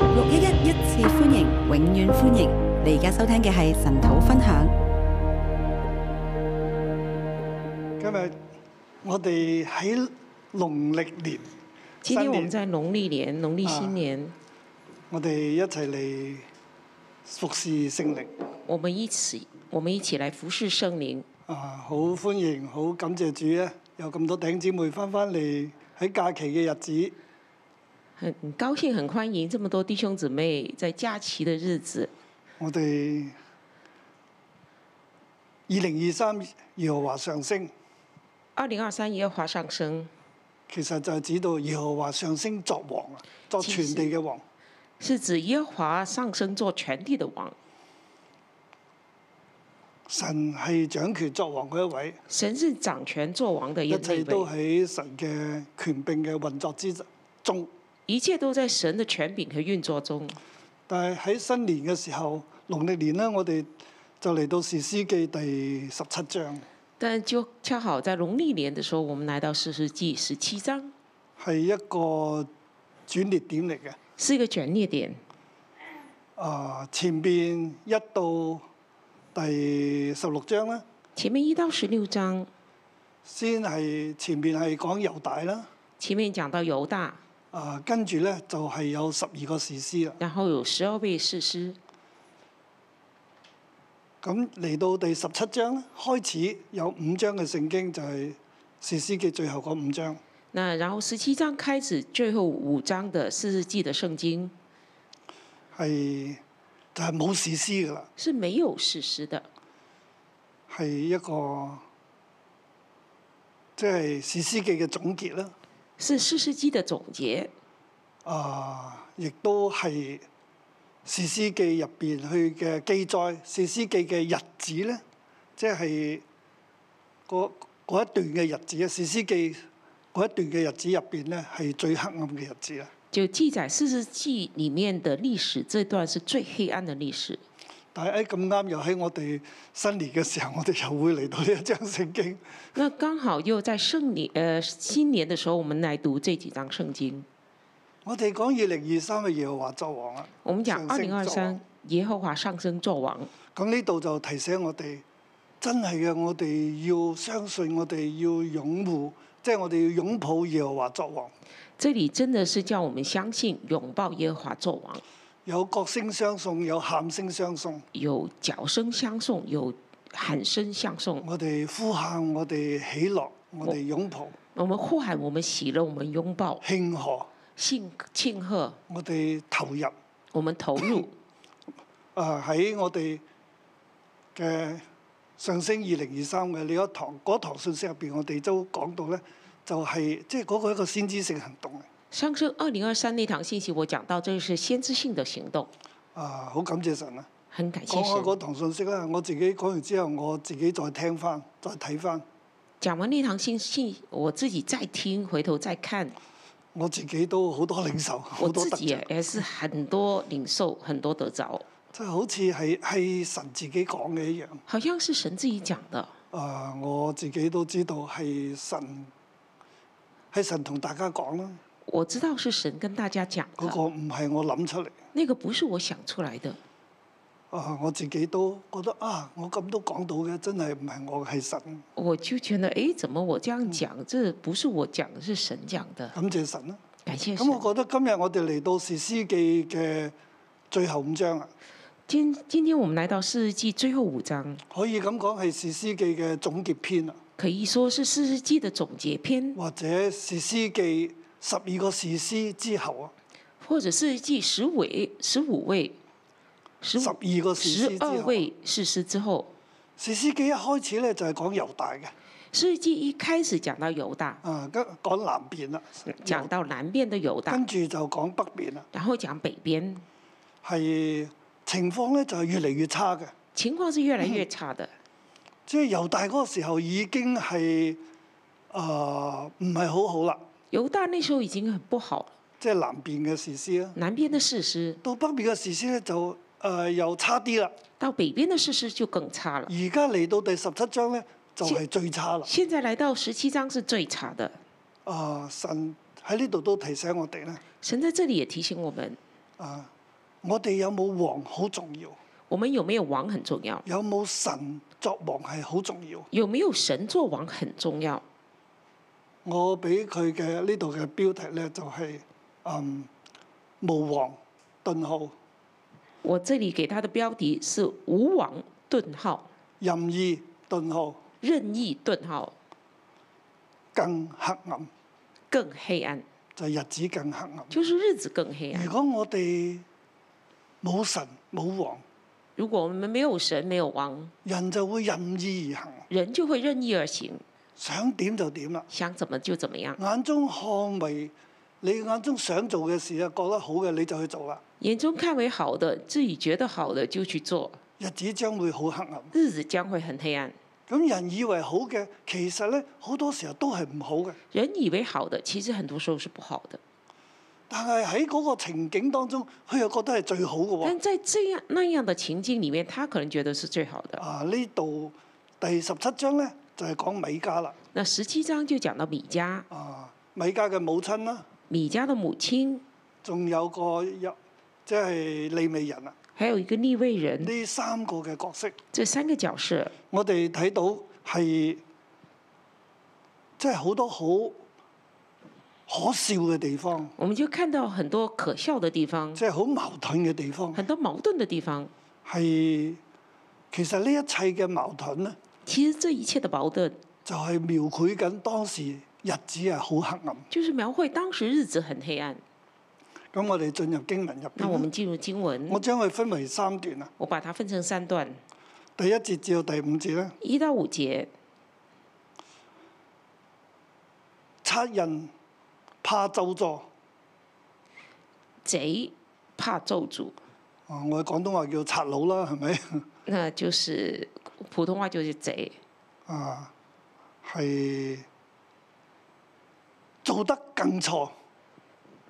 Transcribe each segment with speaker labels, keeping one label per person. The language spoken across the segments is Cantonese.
Speaker 1: 六一一一次歡迎，永遠歡迎！你而家收聽嘅係神土分享。
Speaker 2: 今日我哋喺農曆年，
Speaker 3: 今天我們
Speaker 2: 新年
Speaker 3: 在農曆年、農曆新年，
Speaker 2: 我哋一齊嚟服侍聖靈
Speaker 3: 我們一起，我們一起來服侍聖靈。
Speaker 2: 啊！好歡迎，好感謝主咧，有咁多弟兄姊妹翻返嚟喺假期嘅日子
Speaker 3: 很很高興，很歡迎這麼多弟兄姊妹在假期的日子。
Speaker 2: 我哋二零二三耶和華上升，
Speaker 3: 二零二三耶和華上升，
Speaker 2: 其實就係指到耶和華上升作王啊，作全地嘅王。
Speaker 3: 是指耶和華上升做全地的王。
Speaker 2: 神係掌權作王嗰一位，
Speaker 3: 神是掌權作王的一
Speaker 2: 一
Speaker 3: 那
Speaker 2: 切
Speaker 3: 一
Speaker 2: 都
Speaker 3: 位，
Speaker 2: 喺神嘅權柄嘅運作之中。
Speaker 3: 一切都在神的權柄和運作中。
Speaker 2: 但係喺新年嘅時候，農曆年呢，我哋就嚟到《士師記》第十七章，
Speaker 3: 但就恰好在農曆年的時候，我們來到士師記十七章，
Speaker 2: 係一個轉捩點嚟嘅。
Speaker 3: 是一個轉捩點。
Speaker 2: 啊、前邊一到第十六章咧，
Speaker 3: 前面一到十六章，
Speaker 2: 先係前面係講猶大啦，
Speaker 3: 前面講到猶大，
Speaker 2: 啊、跟住咧就係、有十二個士師啦。
Speaker 3: 然後有十二位士師，
Speaker 2: 咁嚟到第十七章咧，開始有五章嘅聖經就係、士師記》最後嗰五章。
Speaker 3: 那然後十七章開始，最後五章的四世紀的聖經
Speaker 2: 係就係冇士師噶啦，
Speaker 3: 是沒有史實的，
Speaker 2: 係一個即係史詩記嘅總結啦。
Speaker 3: 是四世紀的總結，
Speaker 2: 啊，亦都係史詩記入邊去嘅記載，史詩記嘅日子咧，即係嗰嗰一段嘅日子啊，史詩記嗰一段嘅日子入邊咧係最黑暗嘅日子啊啦。
Speaker 3: 就記載四世紀裡面的歷史，這段是最黑暗的歷史。
Speaker 2: 但係誒哎咁啱又喺我哋新年嘅時候，我哋又會嚟到呢一章聖經。
Speaker 3: 那剛好又在聖年，呃新年的時候，我們來讀這幾章聖經。
Speaker 2: 我哋講二零二三嘅耶和華作王啦。
Speaker 3: 我們講
Speaker 2: 上
Speaker 3: 二
Speaker 2: 升
Speaker 3: 零二
Speaker 2: 作王
Speaker 3: 三耶和華上升作王，
Speaker 2: 咁呢度就提醒我哋，真係嘅，我哋要相信，我哋要擁護，即係我哋要擁抱耶和華作王，
Speaker 3: 這裡真的是叫我們相信擁抱耶和華作王，
Speaker 2: 有角聲相送，有喊聲相送，
Speaker 3: 有角聲相送，有喊聲相送。
Speaker 2: 我哋呼喊，我哋喜樂，我哋擁抱
Speaker 3: 我們呼喊，我們喜樂，我們擁抱。
Speaker 2: 慶賀，
Speaker 3: 慶慶賀，
Speaker 2: 我哋投入，
Speaker 3: 我們投 入
Speaker 2: 啊喺我哋嘅上升二零二三嘅呢一堂嗰堂信息入邊，我哋都講到咧，就係即係嗰個一個先知性行動嚟。
Speaker 3: 上升二零二三那堂信息，我講到這是先知性的行動，
Speaker 2: 啊，好感謝神啊！
Speaker 3: 很感
Speaker 2: 講
Speaker 3: 謝
Speaker 2: 開嗰
Speaker 3: 神。
Speaker 2: 堂信息啦，我自己講完之後，我自己再聽翻、再睇翻，
Speaker 3: 講完那堂信息，我自己再聽，回頭再看，
Speaker 2: 我自己都好多領受，好
Speaker 3: 我
Speaker 2: 多
Speaker 3: 自
Speaker 2: 得
Speaker 3: 己啊也
Speaker 2: 着，
Speaker 3: 也是很多領受，很多得着，
Speaker 2: 即係好似係係神自己講嘅一樣。
Speaker 3: 好像是神自己講的。
Speaker 2: 啊，我自己都知道係神，係神同大家講啦。
Speaker 3: 我知道是神跟大家講
Speaker 2: 嗰、
Speaker 3: 的，
Speaker 2: 個唔係我諗出嚟。
Speaker 3: 那個不是我想出來的。
Speaker 2: 啊，我自己都覺得啊，我咁都講到嘅，真係唔係我係神，
Speaker 3: 我就覺得，誒，怎麼我這樣
Speaker 2: 嗯
Speaker 3: 講？這不是我講的，是神講的。
Speaker 2: 感謝神啦。
Speaker 3: 感謝
Speaker 2: 咁
Speaker 3: 神。
Speaker 2: 我覺得今日我哋嚟到士師記嘅最後五章啊，
Speaker 3: 今今天我們來到四世紀最後五章。
Speaker 2: 可以咁講係士師記嘅總結篇啊。
Speaker 3: 可以說是四世紀的總結篇，
Speaker 2: 或者士師記十二個士師之後啊，
Speaker 3: 或者四世紀十位、十五位、十
Speaker 2: 十
Speaker 3: 五、
Speaker 2: 二個士師
Speaker 3: 十
Speaker 2: 之
Speaker 3: 二
Speaker 2: 後，啊
Speaker 3: 位士師之後，
Speaker 2: 士師記一開始咧就係講猶大嘅，
Speaker 3: 四世紀一開始講到猶大，
Speaker 2: 啊跟講南邊啦，
Speaker 3: 講到南邊的猶大
Speaker 2: 跟，住就講北邊啦，
Speaker 3: 然後講北邊，
Speaker 2: 係情況咧就係越嚟越差嘅，
Speaker 3: 情況是越來越差的。
Speaker 2: 即係猶大嗰個時候已經係啊唔係好好啦，
Speaker 3: 猶大那時候已經很不好了，
Speaker 2: 即係南邊嘅士師啦，
Speaker 3: 南邊的士師
Speaker 2: 到北邊嘅士師咧就誒、呃又差啲啦，
Speaker 3: 到北邊的士師就更差了。
Speaker 2: 而家嚟到第十七章咧就係、最差啦。
Speaker 3: 現在來到十七章是最差的。
Speaker 2: 啊、神喺呢度都提醒我哋咧。
Speaker 3: 神在這裡也提醒我們，
Speaker 2: 啊，我哋有冇王好重要，
Speaker 3: 我们有没有王很重要，
Speaker 2: 有冇神作王係好重要。
Speaker 3: 有没有神做王很重要。
Speaker 2: 我俾佢嘅呢度嘅標題咧就係、嗯無王頓號
Speaker 3: 我這裡給他的標題是“無王”頓號
Speaker 2: 任意頓號
Speaker 3: 任意頓號
Speaker 2: 更黑暗，
Speaker 3: 更黑暗，
Speaker 2: 就係日子更黑暗。
Speaker 3: 就是日子更黑暗
Speaker 2: 如。果我哋冇神冇王，
Speaker 3: 如果我們沒有神、沒有王，
Speaker 2: 人就會任意而行，
Speaker 3: 人就會任意而行，
Speaker 2: 想點就點啦。
Speaker 3: 想怎麼就怎麼樣。
Speaker 2: 眼中看為你眼中想做嘅事啊，覺得好嘅你就去做啦。
Speaker 3: 眼中看為好的，自己覺得好的就去做，
Speaker 2: 日子將會好黑暗。
Speaker 3: 日子將會很黑暗。
Speaker 2: 咁人以為好嘅，其實咧好多時候都係唔好嘅。
Speaker 3: 人以為好的，其實很多時候是不好的。
Speaker 2: 但係喺嗰個情景當中，佢又覺得係最好嘅
Speaker 3: 但在這樣那樣的情境裡面，他可能覺得是最好
Speaker 2: 喎。
Speaker 3: 的。
Speaker 2: 啊，呢度第十七章咧就係、講米迦啦。
Speaker 3: 那十七章就講到米迦，
Speaker 2: 啊，米迦嘅母親啦，
Speaker 3: 米迦的母親，
Speaker 2: 仲有個有即係利未人啊，
Speaker 3: 還有一個利未人，
Speaker 2: 呢三個嘅角色，
Speaker 3: 這三個角色，
Speaker 2: 我哋睇到係即係好多好可笑嘅地方，
Speaker 3: 我們就看到很多可笑的地方，
Speaker 2: 即係好矛盾嘅地方，
Speaker 3: 很多矛盾的地方。
Speaker 2: 係其實呢一切嘅矛盾咧，
Speaker 3: 其實這一切的矛盾，
Speaker 2: 就係、描繪緊當時日子係好黑暗。
Speaker 3: 就是描繪當時日子很黑暗。
Speaker 2: 咁我哋進入經文入
Speaker 3: 那我
Speaker 2: 邊
Speaker 3: 們
Speaker 2: 啦。
Speaker 3: 進入經文
Speaker 2: 我，將佢分為三段啊，
Speaker 3: 我把它分成三段，
Speaker 2: 第一節至到第五節咧，
Speaker 3: 一到五節。
Speaker 2: 賊人怕咒詛，
Speaker 3: 賊怕咒詛，
Speaker 2: 啊，我哋廣東話叫賊佬啦，係咪？
Speaker 3: 那就是普通話就是賊，
Speaker 2: 啊，係做得更錯，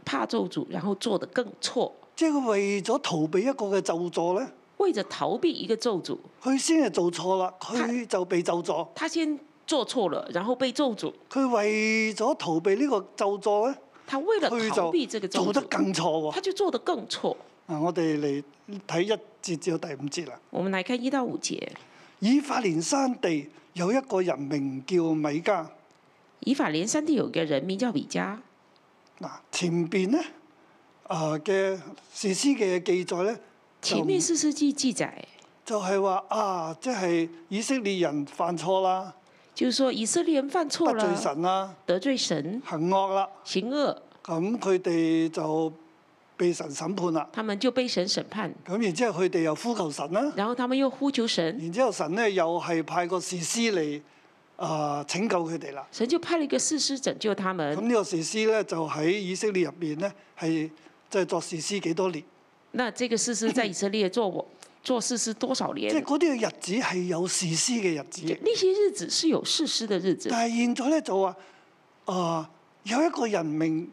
Speaker 3: 怕咒詛，然後做得更錯，
Speaker 2: 即係佢為咗逃避一個嘅咒詛咧，
Speaker 3: 為着逃避一個咒詛，
Speaker 2: 佢先係做錯啦，佢就被咒詛。
Speaker 3: 他先做錯了，然後被咒詛。
Speaker 2: 佢為咗逃避呢個咒詛咧，
Speaker 3: 他為了逃避這
Speaker 2: 佢
Speaker 3: 個
Speaker 2: 就
Speaker 3: 咒
Speaker 2: 做得
Speaker 3: 詛，
Speaker 2: 更錯
Speaker 3: 他
Speaker 2: 喎。
Speaker 3: 就做得更錯。
Speaker 2: 啊，我哋嚟睇一節至到第五節啦。
Speaker 3: 我們來看一到五節，
Speaker 2: 以法蓮山地有一個人名叫米迦，
Speaker 3: 以法蓮山地有一個人名叫比加，
Speaker 2: 嗱前邊呢啊嘅史詩嘅記載呢，
Speaker 3: 前面四世紀記載，
Speaker 2: 就係、話啊，即係以色列人犯錯啦，
Speaker 3: 就是說以色列人犯錯
Speaker 2: 得罪
Speaker 3: 了，
Speaker 2: 神啦，
Speaker 3: 得罪神，
Speaker 2: 行惡啦，
Speaker 3: 行惡，
Speaker 2: 咁佢哋就被神審判啦。
Speaker 3: 他們就被神審判。
Speaker 2: 咁然之後佢哋又呼求神啦，
Speaker 3: 然後他們又呼求神，
Speaker 2: 然之後神呢又係派個士師嚟啊拯救佢哋啦。
Speaker 3: 神就派了一個士師拯救他
Speaker 2: 咁
Speaker 3: 們。
Speaker 2: 呢個士師呢，就喺以色列入邊呢，係即係作士師幾多年。
Speaker 3: 那這個士師在以色列做我做士師多少年
Speaker 2: 即？係嗰啲嘅日子係有士師嘅日
Speaker 3: 就
Speaker 2: 子，
Speaker 3: 那些日子是有士師的日子，
Speaker 2: 但係現在咧就話，啊、有一個人名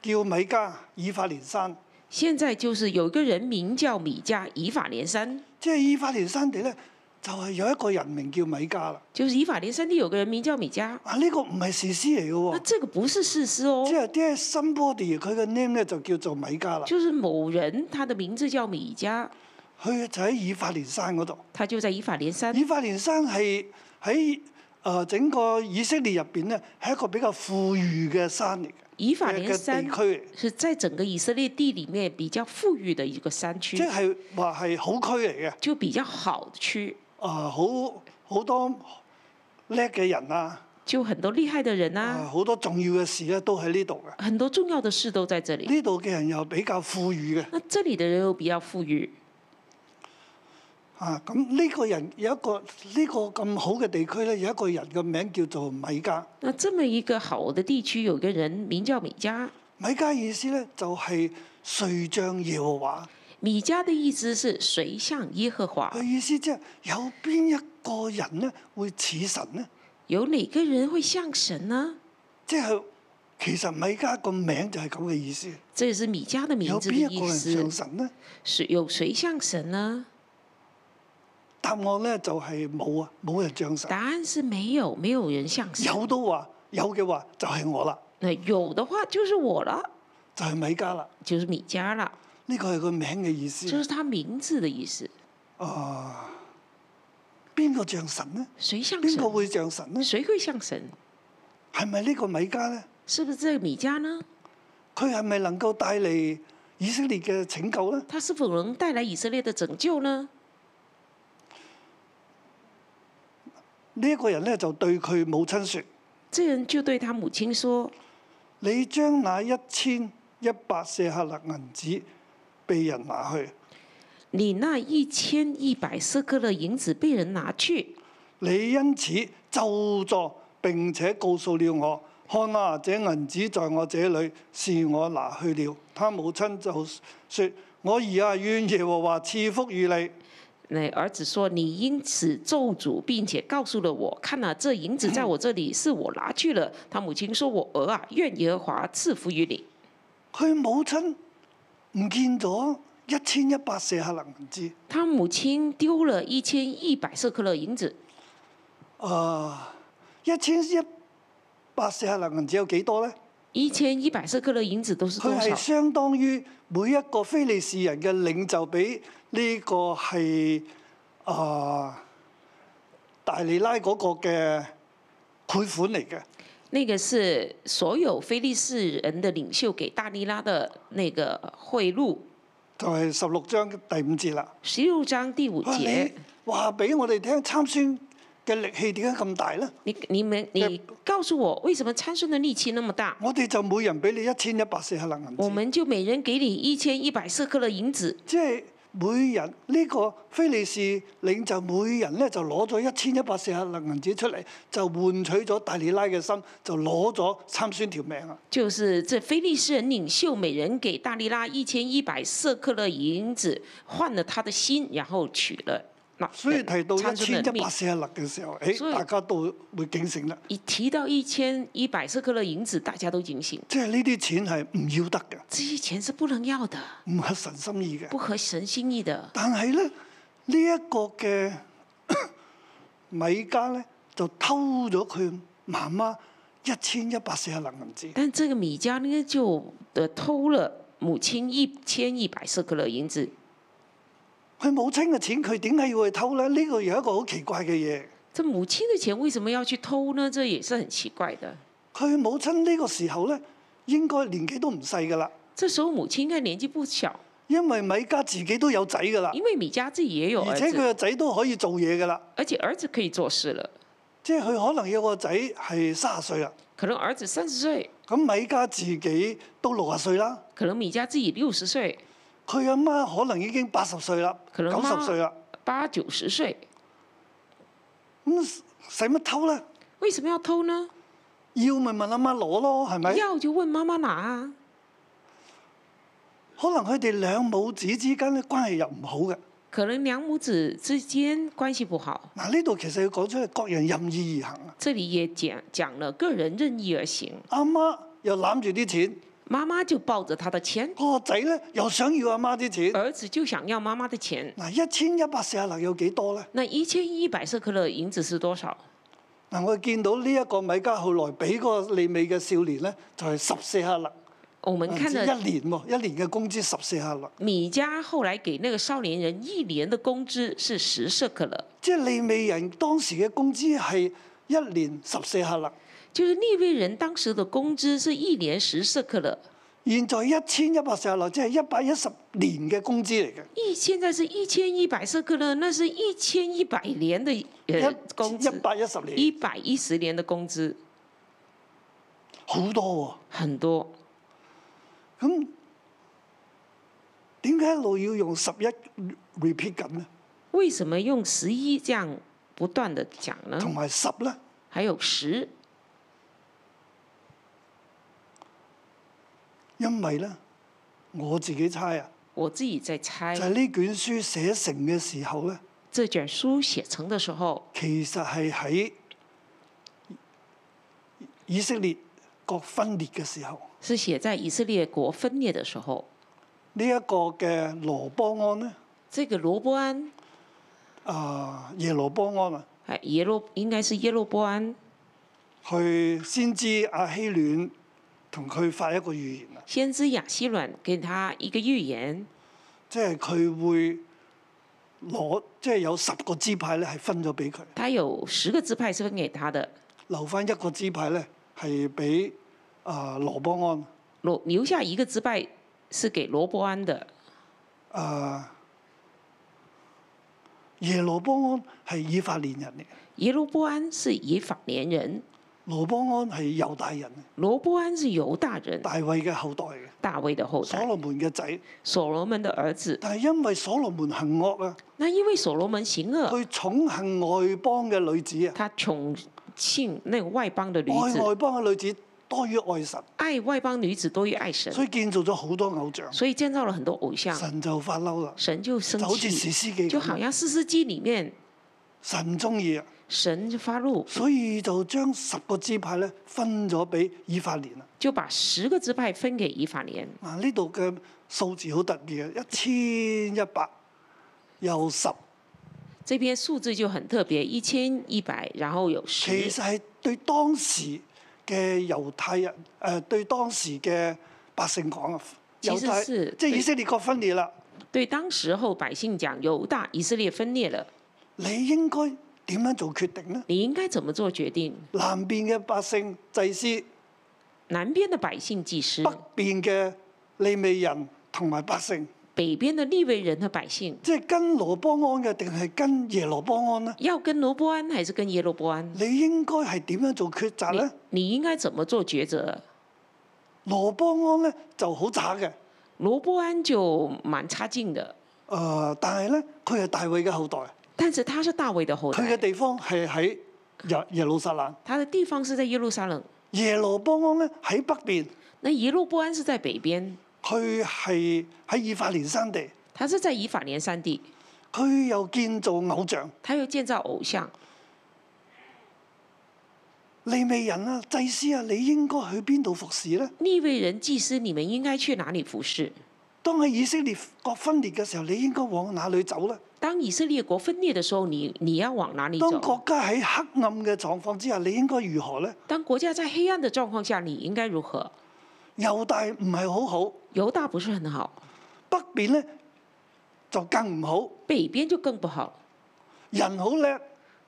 Speaker 2: 叫米迦以法蓮山，
Speaker 3: 現在就是有一個人名叫米迦以法蓮山，
Speaker 2: 即係以法蓮山地咧就係、有一個人名叫米迦啦。
Speaker 3: 就是以法蓮山地有個人名叫米迦。
Speaker 2: 啊，呢、個唔係士師嚟
Speaker 3: 那
Speaker 2: 嘅喎，
Speaker 3: 這個不是士師哦
Speaker 2: 即，係啲 somebody 佢嘅 name 咧就叫做米迦啦。
Speaker 3: 就是某人，他的名字叫米迦，
Speaker 2: 佢就喺以法蓮山嗰度。
Speaker 3: 他就在以法蓮山。
Speaker 2: 以法蓮山係喺誒整個以色列入邊咧係一個比較富裕嘅山嚟嘅
Speaker 3: 以法
Speaker 2: 嘅
Speaker 3: 蓮
Speaker 2: 嘅
Speaker 3: 山
Speaker 2: 地區嚟，
Speaker 3: 是在整個以色列地裡面比較富裕的一個山區
Speaker 2: 即，係話係好區嚟嘅。
Speaker 3: 就比較好的區，
Speaker 2: 啊，好好多叻嘅人啊，
Speaker 3: 就很多厲害的人
Speaker 2: 啊
Speaker 3: 啊，
Speaker 2: 好多重要嘅事咧都喺呢度嘅。
Speaker 3: 很多重要的事都在這裡。
Speaker 2: 呢度嘅人又比較富裕嘅，
Speaker 3: 那這裡的人又比較富裕，
Speaker 2: 啊咁呢個人有一個呢、個咁好嘅地區咧，有一個人嘅名叫做米迦。
Speaker 3: 那這麼一個好的地區，有個人名叫米迦。
Speaker 2: 米迦意思咧就係、誰像耶和華，
Speaker 3: 米迦的意思是誰像耶和華
Speaker 2: 佢？意思即係有邊一個人咧會似神咧？
Speaker 3: 有哪個人會像神呢？
Speaker 2: 即係其實米迦個名就係咁嘅意思，
Speaker 3: 這也是米迦的名
Speaker 2: 有
Speaker 3: 字
Speaker 2: 邊
Speaker 3: 的
Speaker 2: 一個
Speaker 3: 意
Speaker 2: 人
Speaker 3: 思。
Speaker 2: 像神咧？
Speaker 3: 誰有誰像神呢？
Speaker 2: 答案咧就係冇啊，冇人像神。
Speaker 3: 答案是沒有，沒有人像神。
Speaker 2: 有都話有嘅話就係我啦，
Speaker 3: 那有的話就是我了，
Speaker 2: 就係、米迦啦。
Speaker 3: 就是米迦了。
Speaker 2: 呢、呢個係個名嘅意思。
Speaker 3: 这是他名字的意思。
Speaker 2: 啊，邊個像神呢？
Speaker 3: 谁像
Speaker 2: 邊個
Speaker 3: 神？
Speaker 2: 會像神呢？
Speaker 3: 谁会像神？
Speaker 2: 係咪呢個米迦呢？
Speaker 3: 是不是这个米迦呢？
Speaker 2: 佢係咪能夠帶嚟以色列嘅拯救呢？
Speaker 3: 他是否能带来以色列的拯救呢？
Speaker 2: 呢、一個人呢，就對佢母親説：
Speaker 3: 这人就对他母亲说
Speaker 2: 你將那一千一百舍客勒銀子被人拿去，：“
Speaker 3: 你那一千一百色克勒银子被人拿去，
Speaker 2: 你因此就助並且告訴了我。看啊，這銀子在我這裏，是我拿去了。他母親就説：我兒啊，願耶和華賜福與你。
Speaker 3: 那儿子说：“你因此咒诅，并且告诉了我，看了、这银子在我这里，是我拿去了。”他母亲说：“我儿啊，愿耶和华赐福于你。
Speaker 2: 佢母親唔見咗一千一百舍客勒銀子，”
Speaker 3: 他母亲丢了一千一百色克勒银子，
Speaker 2: 啊、一千一百舍客勒銀子有幾多呢？
Speaker 3: 一千一百色克勒銀子都是多
Speaker 2: 佢係
Speaker 3: 少？
Speaker 2: 相當於每一個非利士人嘅領袖俾呢個係啊、大利拉嗰個嘅賄款嚟嘅，
Speaker 3: 那个是所有非利士人的领袖给大利拉的那个贿赂，
Speaker 2: 就係十六章第五節啦。
Speaker 3: 十六章第五
Speaker 2: 哇
Speaker 3: 节
Speaker 2: 你。話俾我哋聽參孫嘅力氣點解咁大呢？
Speaker 3: 你你们你告诉我，为什么参孙的力气那么大？
Speaker 2: 我哋就每人俾你一千一百四十粒銀
Speaker 3: 我
Speaker 2: 子，
Speaker 3: 们就每人给你一千一百色克勒银子，
Speaker 2: 即係每人呢、個非利士領袖每人咧就攞咗一千一百四十粒銀子出嚟，就換取咗大利拉嘅心，就攞咗參孫條命啊！
Speaker 3: 就是这非利士人领袖每人给大利拉一千一百色克勒银子，换了他的心，然后取了那
Speaker 2: 所以提到一
Speaker 3: 参孫
Speaker 2: 千
Speaker 3: 的
Speaker 2: 一
Speaker 3: 命
Speaker 2: 百。四十粒嘅時候，誒、
Speaker 3: 所以
Speaker 2: 大家都會警醒啦。
Speaker 3: 一提到一千一百色克勒银子，大家都警醒，
Speaker 2: 即係呢啲錢係唔要得嘅，
Speaker 3: 这些钱是不能要的，
Speaker 2: 唔合神心意嘅。
Speaker 3: 不合神心意的。
Speaker 2: 但係咧，呢、呢一個嘅 米迦咧就偷咗佢媽媽一千一百四十粒銀子。
Speaker 3: 但这个米迦呢，就呃偷了母亲一千一百色克勒银子，
Speaker 2: 佢母親嘅錢，佢點解要去偷咧？呢、個有一個好奇怪嘅嘢。
Speaker 3: 这母亲的钱为什么要去偷呢？这也是很奇怪的。
Speaker 2: 佢母親呢個時候咧，應該年紀都唔細噶啦，
Speaker 3: 这时候母亲应该年纪不小，
Speaker 2: 因為米迦自己都有仔噶啦，
Speaker 3: 因为米迦自己也有
Speaker 2: 而
Speaker 3: 儿
Speaker 2: 且佢
Speaker 3: 子，
Speaker 2: 個仔都可以做嘢噶啦。
Speaker 3: 而且儿子可以做事了。
Speaker 2: 即係佢可能有個仔係三十歲啦，
Speaker 3: 可能儿子三十岁，
Speaker 2: 咁米迦自己都六十歲啦，
Speaker 3: 可能米迦自己六十岁、
Speaker 2: 佢阿媽可能已經八十歲啦，
Speaker 3: 佢阿
Speaker 2: 九
Speaker 3: 媽
Speaker 2: 十歲啦，
Speaker 3: 八九十岁，
Speaker 2: 咁使乜偷咧？
Speaker 3: 为什么要偷呢？
Speaker 2: 要咪問阿媽攞咯，係咪？
Speaker 3: 要就问妈妈拿啊。
Speaker 2: 可能佢哋兩母子之間咧關係又唔好嘅。
Speaker 3: 可能两母子之间关系不好，
Speaker 2: 嗱，呢度其實要講出嚟，各人任意而行啊！
Speaker 3: 这里也讲讲了个人任意而行。
Speaker 2: 阿媽又攬住啲錢，
Speaker 3: 妈妈就抱着他的钱，
Speaker 2: 個仔咧又想要阿媽啲錢。
Speaker 3: 儿子就想要妈妈的钱。
Speaker 2: 嗱，一千一百四十六有幾多咧？
Speaker 3: 那一千一百色克勒银子是多少？
Speaker 2: 嗱，我見到呢一個米迦後來俾嗰個利美嘅少年咧，就係十四克勒。
Speaker 3: 我们看了
Speaker 2: 一年喎，一年嘅工資十四克勒，
Speaker 3: 米迦后来给那个少年人一年的工资是十舍克勒，
Speaker 2: 即係利未人當時嘅工資係一年十四克勒。
Speaker 3: 就是利未人当时的工资是一年十舍克勒，
Speaker 2: 現在一千一百四十克勒，即係一百一十年嘅工資嚟嘅，
Speaker 3: 一现在是一千一百舍克勒，那是一千一百年的呃工
Speaker 2: 一一
Speaker 3: 资，
Speaker 2: 百一十年
Speaker 3: 一百一十年的工资
Speaker 2: 好多
Speaker 3: 很多。
Speaker 2: 喎。咁點解一路要用十一 repeat 緊呢？
Speaker 3: 为什么用十一这样不断的讲呢？
Speaker 2: 同埋十呢？
Speaker 3: 还有十，
Speaker 2: 因為呢，我自己猜啊，
Speaker 3: 我自己在
Speaker 2: 就
Speaker 3: 猜
Speaker 2: 係、，呢卷書寫成嘅時候呢，
Speaker 3: 这卷书写成的时候，
Speaker 2: 其實係喺以色列國分裂嘅時候。
Speaker 3: 是写在以色列国分裂的时候。
Speaker 2: 呢一個嘅羅波安呢，
Speaker 3: 这个罗伯安，
Speaker 2: 啊、耶羅波安啊，
Speaker 3: 哎，耶路应该是耶路伯安，
Speaker 2: 佢先知阿希暖同佢發一個預言啊，
Speaker 3: 先知亚希卵给他一个预言，
Speaker 2: 即係佢會攞，即係有十個支派咧係分咗俾佢，
Speaker 3: 他有十個支派是分給他的，
Speaker 2: 留翻一個支派咧係俾啊羅波安。
Speaker 3: 羅留下一個支派是給羅伯安的。
Speaker 2: 啊、耶羅波安係以法蓮人嚟嘅，
Speaker 3: 耶羅波安是以法蓮人，
Speaker 2: 羅波安係猶大人，
Speaker 3: 羅波安是猶大人，
Speaker 2: 大衛嘅後代嘅，
Speaker 3: 大衛的後
Speaker 2: 所
Speaker 3: 代，
Speaker 2: 羅門嘅仔。
Speaker 3: 所羅門的兒子。
Speaker 2: 但係因為所羅門行惡啊，
Speaker 3: 那因為所羅門行惡，
Speaker 2: 佢寵幸外邦嘅女子啊，
Speaker 3: 他寵幸那個外邦的女
Speaker 2: 愛
Speaker 3: 子，
Speaker 2: 外邦嘅女子多於愛神，
Speaker 3: 愛外邦女子多於愛神，
Speaker 2: 所以建造咗好多偶像，
Speaker 3: 所以建造了很多偶像。
Speaker 2: 神就發嬲啦，
Speaker 3: 神就啊生
Speaker 2: 就好似史
Speaker 3: 氣，
Speaker 2: 詩記
Speaker 3: 就好
Speaker 2: 咁，
Speaker 3: 像四世紀裡面，
Speaker 2: 神唔中意啊，
Speaker 3: 神就發怒，
Speaker 2: 所以就將十個支派咧分咗俾以法蓮啊。
Speaker 3: 就把十個支派分給以法蓮。
Speaker 2: 嗱，啊呢度嘅數字好特別嘅，一千一百又十，
Speaker 3: 這邊數字就很特別，一千一百，然後有
Speaker 2: 其
Speaker 3: 十
Speaker 2: 實，係對當時嘅猶太人，誒、呃、對當時嘅百姓講啊，
Speaker 3: 其實
Speaker 2: 猶太
Speaker 3: 是
Speaker 2: 即
Speaker 3: 對
Speaker 2: 係以色列國分裂啦，
Speaker 3: 對當時候百姓講，猶大以色列分裂了，
Speaker 2: 你應該點樣做決定呢？
Speaker 3: 你應該怎麼做決定？
Speaker 2: 南邊嘅百姓祭司，
Speaker 3: 南邊的百姓祭司
Speaker 2: 北，邊嘅利未人同埋百姓，
Speaker 3: 北邊的利未人和百姓，
Speaker 2: 即係跟羅波安嘅定係跟耶羅波安呢？
Speaker 3: 要跟羅伯安還是跟耶羅伯安？
Speaker 2: 你應該係點樣做抉擇
Speaker 3: 你
Speaker 2: 呢？
Speaker 3: 你應該怎麼做抉擇？
Speaker 2: 羅波安呢就好渣嘅。
Speaker 3: 羅伯安就蠻差勁的，
Speaker 2: 誒、呃但係咧，佢係大衛嘅後代，
Speaker 3: 但是他是大衛的後
Speaker 2: 佢嘅
Speaker 3: 代，
Speaker 2: 地方係喺耶耶路撒冷。
Speaker 3: 他的地方是在耶路撒冷。
Speaker 2: 耶羅波安咧喺北邊，
Speaker 3: 那耶路波安是在北邊，
Speaker 2: 佢係喺以法蓮山地，
Speaker 3: 他是在以法蓮山地，
Speaker 2: 佢又建造偶像，
Speaker 3: 他又建造偶像。
Speaker 2: 利未人啊、祭司啊，你應該去邊度服侍咧？
Speaker 3: 利未人祭司，你們應該去哪裡服侍？
Speaker 2: 當喺以色列國分裂嘅時候，你應該往哪裏走咧？
Speaker 3: 當以色列國分裂的時候，你你要往哪裡
Speaker 2: 當
Speaker 3: 走？
Speaker 2: 國家喺黑暗嘅狀況之下，你應該如何咧？
Speaker 3: 當國家在黑暗的狀況下，你應該如何？
Speaker 2: 猶大唔係好好，
Speaker 3: 猶大不是很好，
Speaker 2: 北邊咧就更唔好，
Speaker 3: 北邊就更不好。
Speaker 2: 人好叻，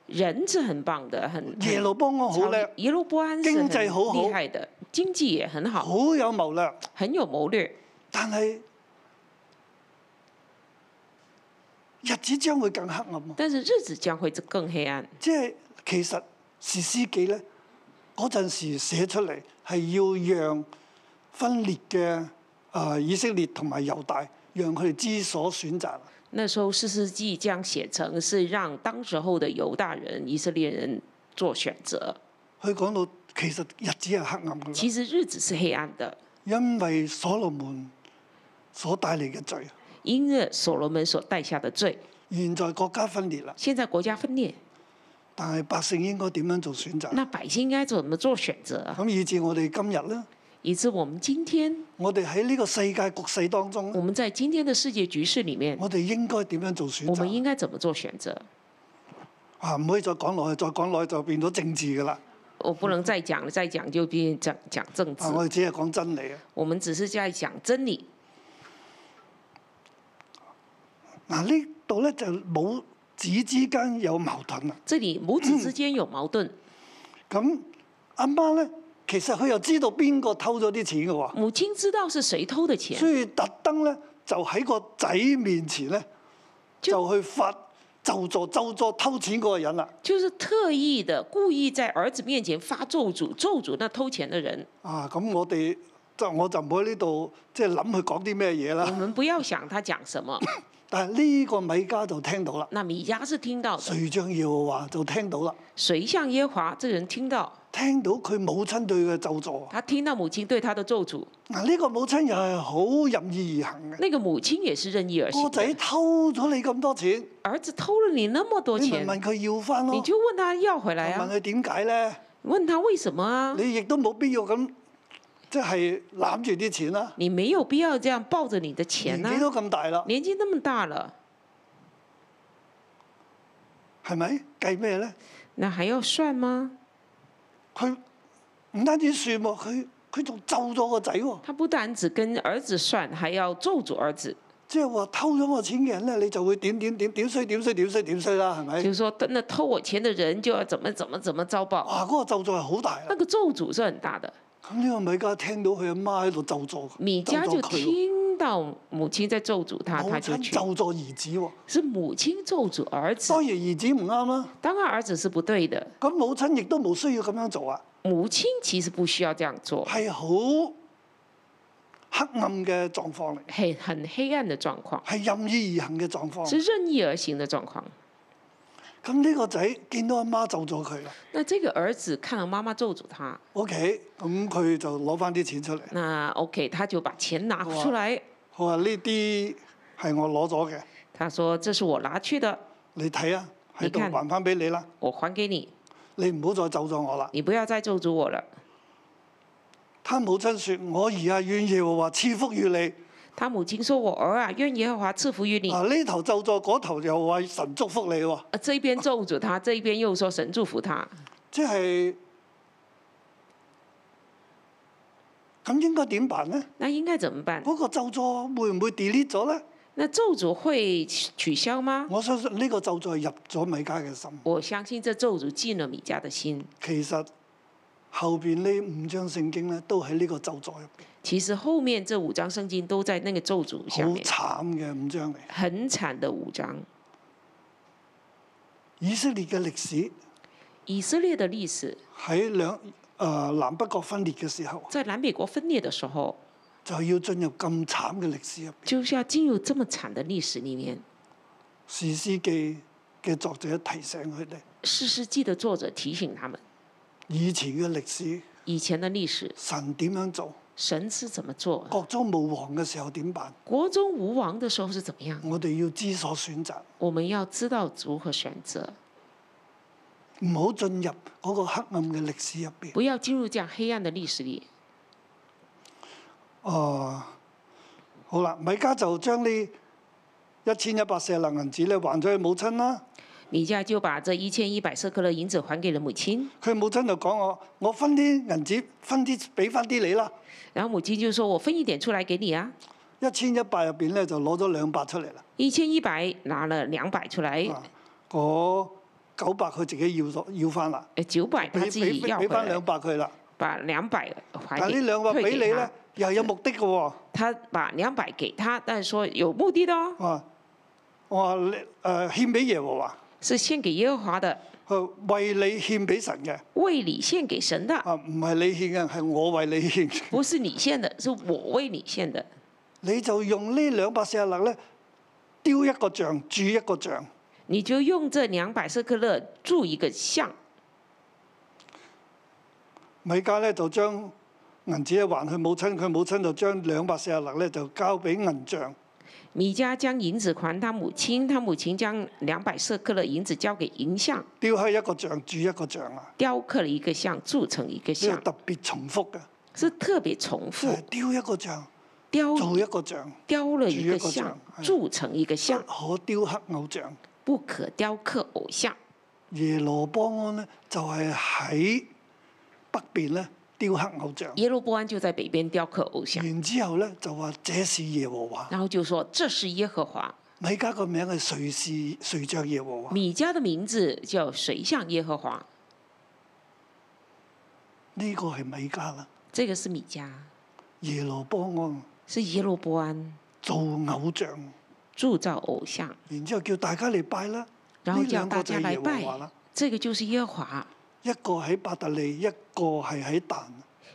Speaker 3: 人是很棒的，很
Speaker 2: 耶羅波安好叻。
Speaker 3: 耶路波安是很
Speaker 2: 經濟好好
Speaker 3: 厲害的，經濟也很好，
Speaker 2: 好有謀略，
Speaker 3: 很有謀略。
Speaker 2: 但係日子將會更黑暗啊！
Speaker 3: 但是日子將會更黑暗。
Speaker 2: 即係其實士師記咧嗰陣時寫出嚟係要讓分裂嘅啊、呃以色列同埋猶大，讓佢哋知所選擇。啊
Speaker 3: 那時候四世紀將寫成是讓當時候的猶大人、以色列人做選擇。
Speaker 2: 佢講到其實日子係黑暗㗎啦，
Speaker 3: 其實日子是黑暗的，
Speaker 2: 因為所羅門所帶嚟嘅罪，啊
Speaker 3: 因為所羅門所帶下的罪。
Speaker 2: 現在國家分裂啦，
Speaker 3: 現在國家分裂，
Speaker 2: 但係百姓應該點樣做選擇？
Speaker 3: 那百姓應該怎麼做選擇？
Speaker 2: 咁以至我哋今日咧。
Speaker 3: 以致我們今天，
Speaker 2: 我哋喺呢個世界局勢當中
Speaker 3: 我，們在今天的世界局勢裡面，
Speaker 2: 我哋應該點樣做選
Speaker 3: 我們應
Speaker 2: 擇？
Speaker 3: 該怎麼做選擇？
Speaker 2: 啊，唔可以再講落去，再講落去就變咗政治㗎啦。
Speaker 3: 我不能再講了，再講就變講講政
Speaker 2: 啊，我
Speaker 3: 治。
Speaker 2: 哋只係講真理啊。
Speaker 3: 我們只是在講真理。
Speaker 2: 嗱，呢度咧就母子之間有矛盾啦。
Speaker 3: 這裡母子之間有矛盾，
Speaker 2: 咁阿媽咧，其實佢又知道邊個偷咗啲錢嘅喎，
Speaker 3: 母親知道是誰偷的錢
Speaker 2: 所，以特登咧就喺個仔面前咧
Speaker 3: 就
Speaker 2: 就去發就助就助偷錢嗰個人啦。
Speaker 3: 就是特意的、故意在兒子面前發咒詛，咒詛那偷錢的人。
Speaker 2: 啊，咁我哋就我就唔喺呢度即係諗佢講啲咩嘢
Speaker 3: 我
Speaker 2: 啦。
Speaker 3: 們不要想他講什麼，
Speaker 2: 但係呢個米家就聽到啦。
Speaker 3: 那米迦是聽到的，
Speaker 2: 誰將耶和華就聽到啦，
Speaker 3: 誰像耶和華這人聽到，
Speaker 2: 聽到佢母親對佢嘅咒詛啊！
Speaker 3: 他聽到母親對他的咒詛，
Speaker 2: 嗱，呢個母親又係好任意而行嘅。
Speaker 3: 那個母親也是任意而
Speaker 2: 個
Speaker 3: 行
Speaker 2: 仔
Speaker 3: 的。
Speaker 2: 偷咗你咁多錢，
Speaker 3: 兒子偷了你那麼多
Speaker 2: 你咪
Speaker 3: 錢，
Speaker 2: 問佢要翻咯
Speaker 3: 你，就問他要回來
Speaker 2: 問
Speaker 3: 啊，
Speaker 2: 佢點解咧？
Speaker 3: 問他為什麼啊？
Speaker 2: 你亦都冇必要咁即係攬住啲錢啦。
Speaker 3: 你沒有必要這樣抱着你的
Speaker 2: 年
Speaker 3: 錢
Speaker 2: 紀都
Speaker 3: 啊，
Speaker 2: 咁大啦，
Speaker 3: 年紀那麼大了，
Speaker 2: 係咪計咩咧？
Speaker 3: 那還要算嗎？
Speaker 2: 佢唔單止算喎，佢佢仲咒咗個仔喎，
Speaker 3: 他不單只跟兒子算，還要咒詛兒子，
Speaker 2: 即係話偷咗我錢嘅人咧，你就會點點點點衰點衰點衰點衰啦，係咪
Speaker 3: 就？是说，那偷我钱的人就要怎么怎么怎么遭报，
Speaker 2: 哇！嗰、個咒詛係好大
Speaker 3: 那
Speaker 2: 啦。
Speaker 3: 个咒诅是很大的。
Speaker 2: 咁呢個米迦聽到佢阿媽喺度咒詛，
Speaker 3: 米迦
Speaker 2: 咒詛
Speaker 3: 就
Speaker 2: 佢喎，
Speaker 3: 听到母亲在咒诅他，
Speaker 2: 母
Speaker 3: 他就
Speaker 2: 親
Speaker 3: 去，
Speaker 2: 咒詛兒子喎。
Speaker 3: 是母亲咒诅儿子
Speaker 2: 當。然兒子唔啱啦，
Speaker 3: 当然儿子是不对的，
Speaker 2: 咁母親亦都冇需要咁樣做啊，
Speaker 3: 母亲其实不需要这样做，
Speaker 2: 係好黑暗嘅狀況嚟，
Speaker 3: 很很黑暗的状况，
Speaker 2: 係任意而行嘅狀況。
Speaker 3: 是任意而行的状况。
Speaker 2: 咁呢個仔見到阿媽咒咗佢啦
Speaker 3: 那这个儿子看了妈妈咒诅他，
Speaker 2: ，OK，咁佢就攞翻啲錢出嚟。
Speaker 3: 那 OK，他就把钱拿出来，
Speaker 2: 我話呢啲係我攞咗嘅，
Speaker 3: 他说：“这是我拿去的，
Speaker 2: 你睇啊，喺度
Speaker 3: 你看
Speaker 2: 還翻俾你啦，
Speaker 3: 我还给你，
Speaker 2: 你唔好再咒咗我啦。
Speaker 3: 你不要再咒诅我了。
Speaker 2: 他母親說：我兒啊，願耶和華賜福與你。”
Speaker 3: 他母亲说：“我儿啊，愿耶和华赐福于你。”
Speaker 2: 嗱呢頭咒咗，嗰頭又話神祝福你喎。
Speaker 3: 啊，这一边咒诅他，这一边又说神祝福他，
Speaker 2: 即係咁應該點辦呢？
Speaker 3: 那应该怎么办
Speaker 2: 嗰、？個咒詛會唔會 delete 咗呢？
Speaker 3: 那咒诅會取消嗎？
Speaker 2: 我相信呢個咒詛係入咗米迦嘅心。
Speaker 3: 我相信这咒詛進了米迦的心。
Speaker 2: 其實後邊呢五章聖經咧都喺呢個咒詛入邊，
Speaker 3: 其實後面這五章聖經都在那個咒詛下面，
Speaker 2: 好慘嘅五章嚟。
Speaker 3: 很慘的五章。
Speaker 2: 以色列嘅歷史
Speaker 3: 以色列的歷史
Speaker 2: 喺兩誒、呃南北國分裂嘅時候，
Speaker 3: 在南北國分裂的時候，
Speaker 2: 就要進入咁慘嘅歷史入邊。
Speaker 3: 就是要進入這麼慘的歷史裡面。
Speaker 2: 史詩記嘅作者提醒佢哋，
Speaker 3: 士師記的作者提醒他們，
Speaker 2: 以前嘅歷史
Speaker 3: 以前的歷史
Speaker 2: 神點樣做，
Speaker 3: 神是怎麼做，
Speaker 2: 國中無王嘅時候點辦？
Speaker 3: 國中無王的時候是怎麼樣，
Speaker 2: 我哋要知所選擇，
Speaker 3: 我們要知道如何選擇，
Speaker 2: 唔好進入嗰個黑暗嘅歷史入邊。
Speaker 3: 不要進入這樣黑暗的歷史裡。
Speaker 2: 哦，好啦，米迦就將呢一千一百四十粒銀子咧還咗佢母親啦。
Speaker 3: 米迦就把這一千一百舍克勒銀子還給了母親，
Speaker 2: 佢母親就講我：我分啲銀子，分啲俾翻啲你啦。
Speaker 3: 然後母親就說：“我分一點出來給你啊。
Speaker 2: 一千一百入邊咧就攞咗兩百出嚟啦。”
Speaker 3: 一千一百拿了兩百出來，
Speaker 2: 啊，嗰九百佢自己要咗要翻啦，
Speaker 3: 呃，九百他
Speaker 2: 俾
Speaker 3: 自己
Speaker 2: 俾
Speaker 3: 要
Speaker 2: 俾
Speaker 3: 回
Speaker 2: 翻
Speaker 3: 來
Speaker 2: 兩，百佢啦。
Speaker 3: 把兩百還
Speaker 2: 但呢
Speaker 3: 給
Speaker 2: 兩百
Speaker 3: 退
Speaker 2: 俾
Speaker 3: 給
Speaker 2: 你
Speaker 3: 他
Speaker 2: 咧，又有目的嘅喎。
Speaker 3: 他把兩百給他，但是說有目的的哦，
Speaker 2: 我話啊我話你誒獻俾耶和華。
Speaker 3: 是獻給耶和華的，
Speaker 2: 佢為你獻俾神嘅，
Speaker 3: 為你獻給神的，
Speaker 2: 啊唔係你獻嘅，係我為你獻嘅。
Speaker 3: 不是你獻的，是我為你獻的。
Speaker 2: 你就用呢兩百四十粒咧，雕一個像，鑄一個像。
Speaker 3: 你就用這兩百舍克勒铸一個像，
Speaker 2: 米迦咧就將銀子咧還佢母親，佢母親就將兩百四十粒咧就交俾銀像。
Speaker 3: 米迦將銀子還他母親，他母親將兩百舍克勒銀子交給銀像，
Speaker 2: 雕刻一個像，鑄一個像啊！
Speaker 3: 雕刻了一個像，铸成一個
Speaker 2: 呢
Speaker 3: 像，
Speaker 2: 個特別重複嘅，
Speaker 3: 是特別重
Speaker 2: 就係
Speaker 3: 複
Speaker 2: 雕一個像，
Speaker 3: 雕
Speaker 2: 做一個像，
Speaker 3: 雕了一個
Speaker 2: 鑄一個像
Speaker 3: 像，
Speaker 2: 哎
Speaker 3: 铸成一個像，
Speaker 2: 不可雕刻偶像。
Speaker 3: 不可雕刻偶像。
Speaker 2: 耶羅波安咧就係喺北邊咧雕刻偶像，
Speaker 3: 耶路波安就在北邊雕刻偶像，
Speaker 2: 然之後咧就話這是耶和華。
Speaker 3: 然後就說這是耶和華。
Speaker 2: 米加個名係誰是誰着耶和華？
Speaker 3: 米迦的名字叫誰像耶和華？
Speaker 2: 呢、個係米加啦，
Speaker 3: 這個是米迦，
Speaker 2: 耶羅波安
Speaker 3: 是耶路波安
Speaker 2: 做偶像，
Speaker 3: 铸造偶像，
Speaker 2: 然之後叫大家嚟拜啦。
Speaker 3: 然
Speaker 2: 呢
Speaker 3: 後叫
Speaker 2: 兩
Speaker 3: 大
Speaker 2: 個就
Speaker 3: 家
Speaker 2: 係
Speaker 3: 來
Speaker 2: 耶和華
Speaker 3: 拜
Speaker 2: 啦，。
Speaker 3: 這個就是耶和華。
Speaker 2: 一個喺伯特利，一個係喺但。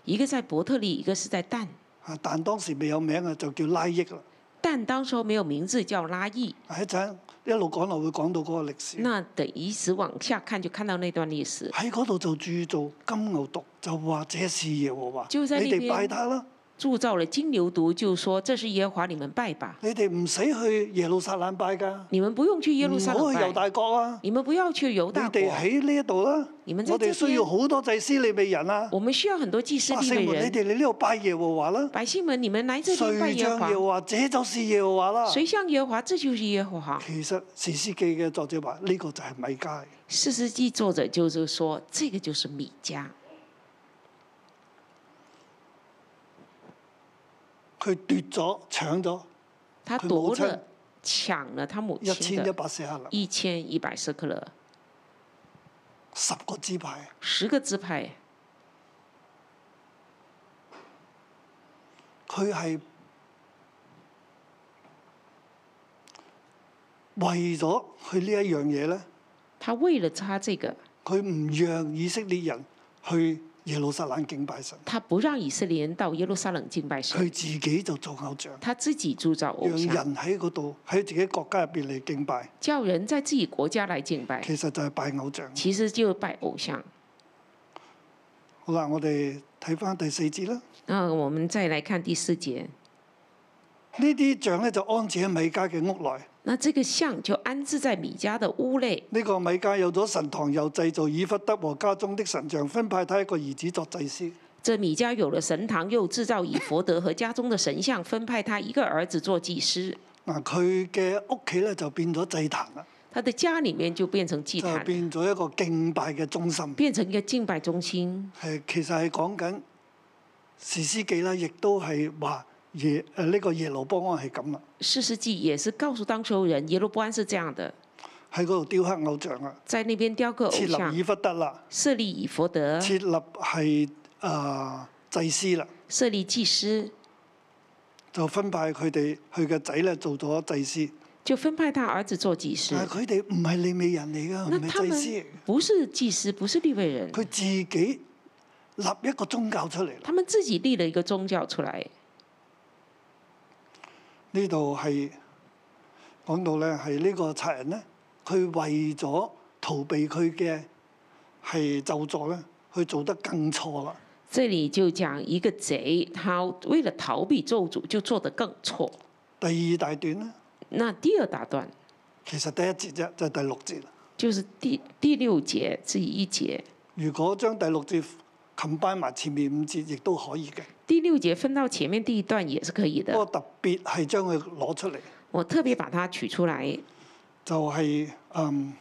Speaker 3: 一個在伯特利，一個是在但。
Speaker 2: 啊，但當時未有名啊，就叫拉益啦。
Speaker 3: 但當時候沒有名字叫拉益。
Speaker 2: 啊一陣一路講落會講到嗰個歷史。
Speaker 3: 那等一直往下看，就看到那段歷史，
Speaker 2: 喺嗰度就鑄造金牛犢，就話這是耶和華，
Speaker 3: 就在呢
Speaker 2: 你
Speaker 3: 邊
Speaker 2: 哋拜他啦，
Speaker 3: 铸造了金牛犢，就說這是耶和華，你們拜吧，
Speaker 2: 你哋唔使去耶路撒冷拜㗎，
Speaker 3: 你們不用去耶
Speaker 2: 唔
Speaker 3: 路撒
Speaker 2: 好
Speaker 3: 冷
Speaker 2: 去猶
Speaker 3: 拜，
Speaker 2: 大國啊。
Speaker 3: 哦你們不要去猶
Speaker 2: 你
Speaker 3: 大
Speaker 2: 哋
Speaker 3: 國。
Speaker 2: 喺呢一度啦，
Speaker 3: 你們在
Speaker 2: 我哋
Speaker 3: 這邊
Speaker 2: 需要好多祭司利未人啊，
Speaker 3: 我們需要很多祭司
Speaker 2: 百
Speaker 3: 立
Speaker 2: 姓
Speaker 3: 位
Speaker 2: 們，你
Speaker 3: 人，
Speaker 2: 哋嚟呢度拜耶和華啦，
Speaker 3: 百姓們，你們來這邊拜
Speaker 2: 誰
Speaker 3: 耶和
Speaker 2: 像
Speaker 3: 華
Speaker 2: 耶，和華，這就是耶和華啦。
Speaker 3: 誰像耶和華，這就是耶和華。
Speaker 2: 其實《士師記》嘅作者話呢、個就係米迦，
Speaker 3: 四世紀作者就是說，這個就是米迦，
Speaker 2: 佢奪咗搶咗
Speaker 3: 他
Speaker 2: 佢
Speaker 3: 夺
Speaker 2: 母親
Speaker 3: 了抢了他母
Speaker 2: 一
Speaker 3: 亲
Speaker 2: 千一
Speaker 3: 的
Speaker 2: 百舍客勒，
Speaker 3: 一千一百舍克勒，
Speaker 2: 十個支派，啊
Speaker 3: 十个支派，
Speaker 2: 佢係為咗佢呢一樣嘢咧，
Speaker 3: 他为了他这个，
Speaker 2: 佢唔讓以色列人去耶路撒冷敬拜神，
Speaker 3: 他不让以色列人到耶路撒冷敬拜
Speaker 2: 佢
Speaker 3: 神，
Speaker 2: 自己就做偶像，
Speaker 3: 他自己铸造
Speaker 2: 讓
Speaker 3: 偶像，
Speaker 2: 人喺嗰度喺自己國家入邊嚟敬拜，
Speaker 3: 叫人在自己国家来敬拜，
Speaker 2: 其實就係拜偶像。
Speaker 3: 其实就是拜偶像。
Speaker 2: 好啦，我哋睇翻第四節啦。
Speaker 3: 那我们再来看第四节，
Speaker 2: 呢啲像咧就安置喺米迦嘅屋內。
Speaker 3: 那这个像就安置在米迦的屋内。
Speaker 2: 呢、個米迦有咗神堂，又製造以弗德和家中的神像，分派他一個兒子作祭司。
Speaker 3: 这米迦有了神堂，又制造以佛德和家中的神像，分派他一个儿子做祭司。
Speaker 2: 嗱，佢嘅屋企咧就變咗祭壇啦，
Speaker 3: 他的家里面就变成祭
Speaker 2: 就
Speaker 3: 坛，
Speaker 2: 變咗一個敬拜嘅中心。
Speaker 3: 变成一个敬拜中心。
Speaker 2: 係其實係講緊士師記啦，亦都係話耶誒呢、個耶路波安係咁啦，
Speaker 3: 四世纪也是告诉当时候人，耶路波安是这样的，
Speaker 2: 喺嗰度雕刻偶像啊，
Speaker 3: 在那边雕刻偶
Speaker 2: 設
Speaker 3: 像啊
Speaker 2: 立以，弗德啦，
Speaker 3: 设立以佛德，
Speaker 2: 設立係啊、祭司啦，
Speaker 3: 设立祭司，
Speaker 2: 就分派佢哋佢嘅仔咧做咗祭司。
Speaker 3: 就分派他儿子做祭司。
Speaker 2: 但係佢哋唔係利美人嚟噶，
Speaker 3: 那
Speaker 2: 唔
Speaker 3: 他
Speaker 2: 係祭司嚟
Speaker 3: 们不是祭司，不是立位人
Speaker 2: 嘅，佢自己立一個宗教出嚟啦。
Speaker 3: 他们自己立了一个宗教出来。
Speaker 2: 呢度係講到咧，係呢個賊人咧，佢為咗逃避佢嘅係咒詛咧，佢做得更錯啦。
Speaker 3: 这里就讲一个贼，他为了逃避咒诅，就做得更错。
Speaker 2: 第二大段咧，
Speaker 3: 那第二大段
Speaker 2: 其實第一節啫，就係第六節啦。
Speaker 3: 就是第第六节至一节，
Speaker 2: 如果將第六節 combine 埋前面五節，亦都可以嘅。
Speaker 3: 第六节分到前面第一段也是可以
Speaker 2: 不過
Speaker 3: 的。
Speaker 2: 特別係將佢攞出嚟。
Speaker 3: 我特别把它取出来，
Speaker 2: 就係、嗯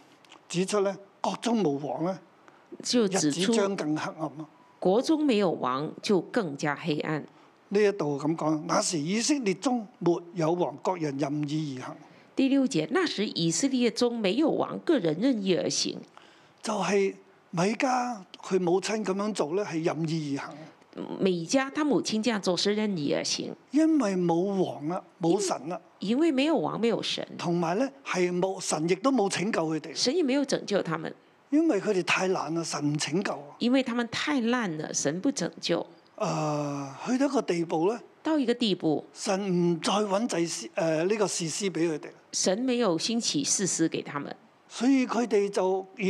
Speaker 2: 指出咧，國中無王咧，
Speaker 3: 就
Speaker 2: 日
Speaker 3: 指
Speaker 2: 子
Speaker 3: 出
Speaker 2: 將更黑暗啊！
Speaker 3: 国中没有王，就更加黑暗。
Speaker 2: 呢一度咁講，那時以色列中沒有王，各人任意而行，
Speaker 3: 第六节，那时以色列中没有王，个人任意而行。
Speaker 2: 就係、米迦佢母親咁樣做咧，係任意而行，
Speaker 3: 美迦他母亲这样做是任意而行，
Speaker 2: 因為冇王啦，冇神啦，
Speaker 3: 因为没有王，没有神，
Speaker 2: 同埋咧係冇神，亦都冇拯救佢哋，
Speaker 3: 神也没有拯救他们，
Speaker 2: 因為佢哋太懶啦，神唔拯救啊！
Speaker 3: 因为他们太烂了，神不拯救。
Speaker 2: 誒、啊去到一個地步咧，
Speaker 3: 到一个地步，
Speaker 2: 神唔再揾祭司誒呢、個士師俾佢哋。
Speaker 3: 神没有兴起事师给他们，
Speaker 2: 所以佢哋就而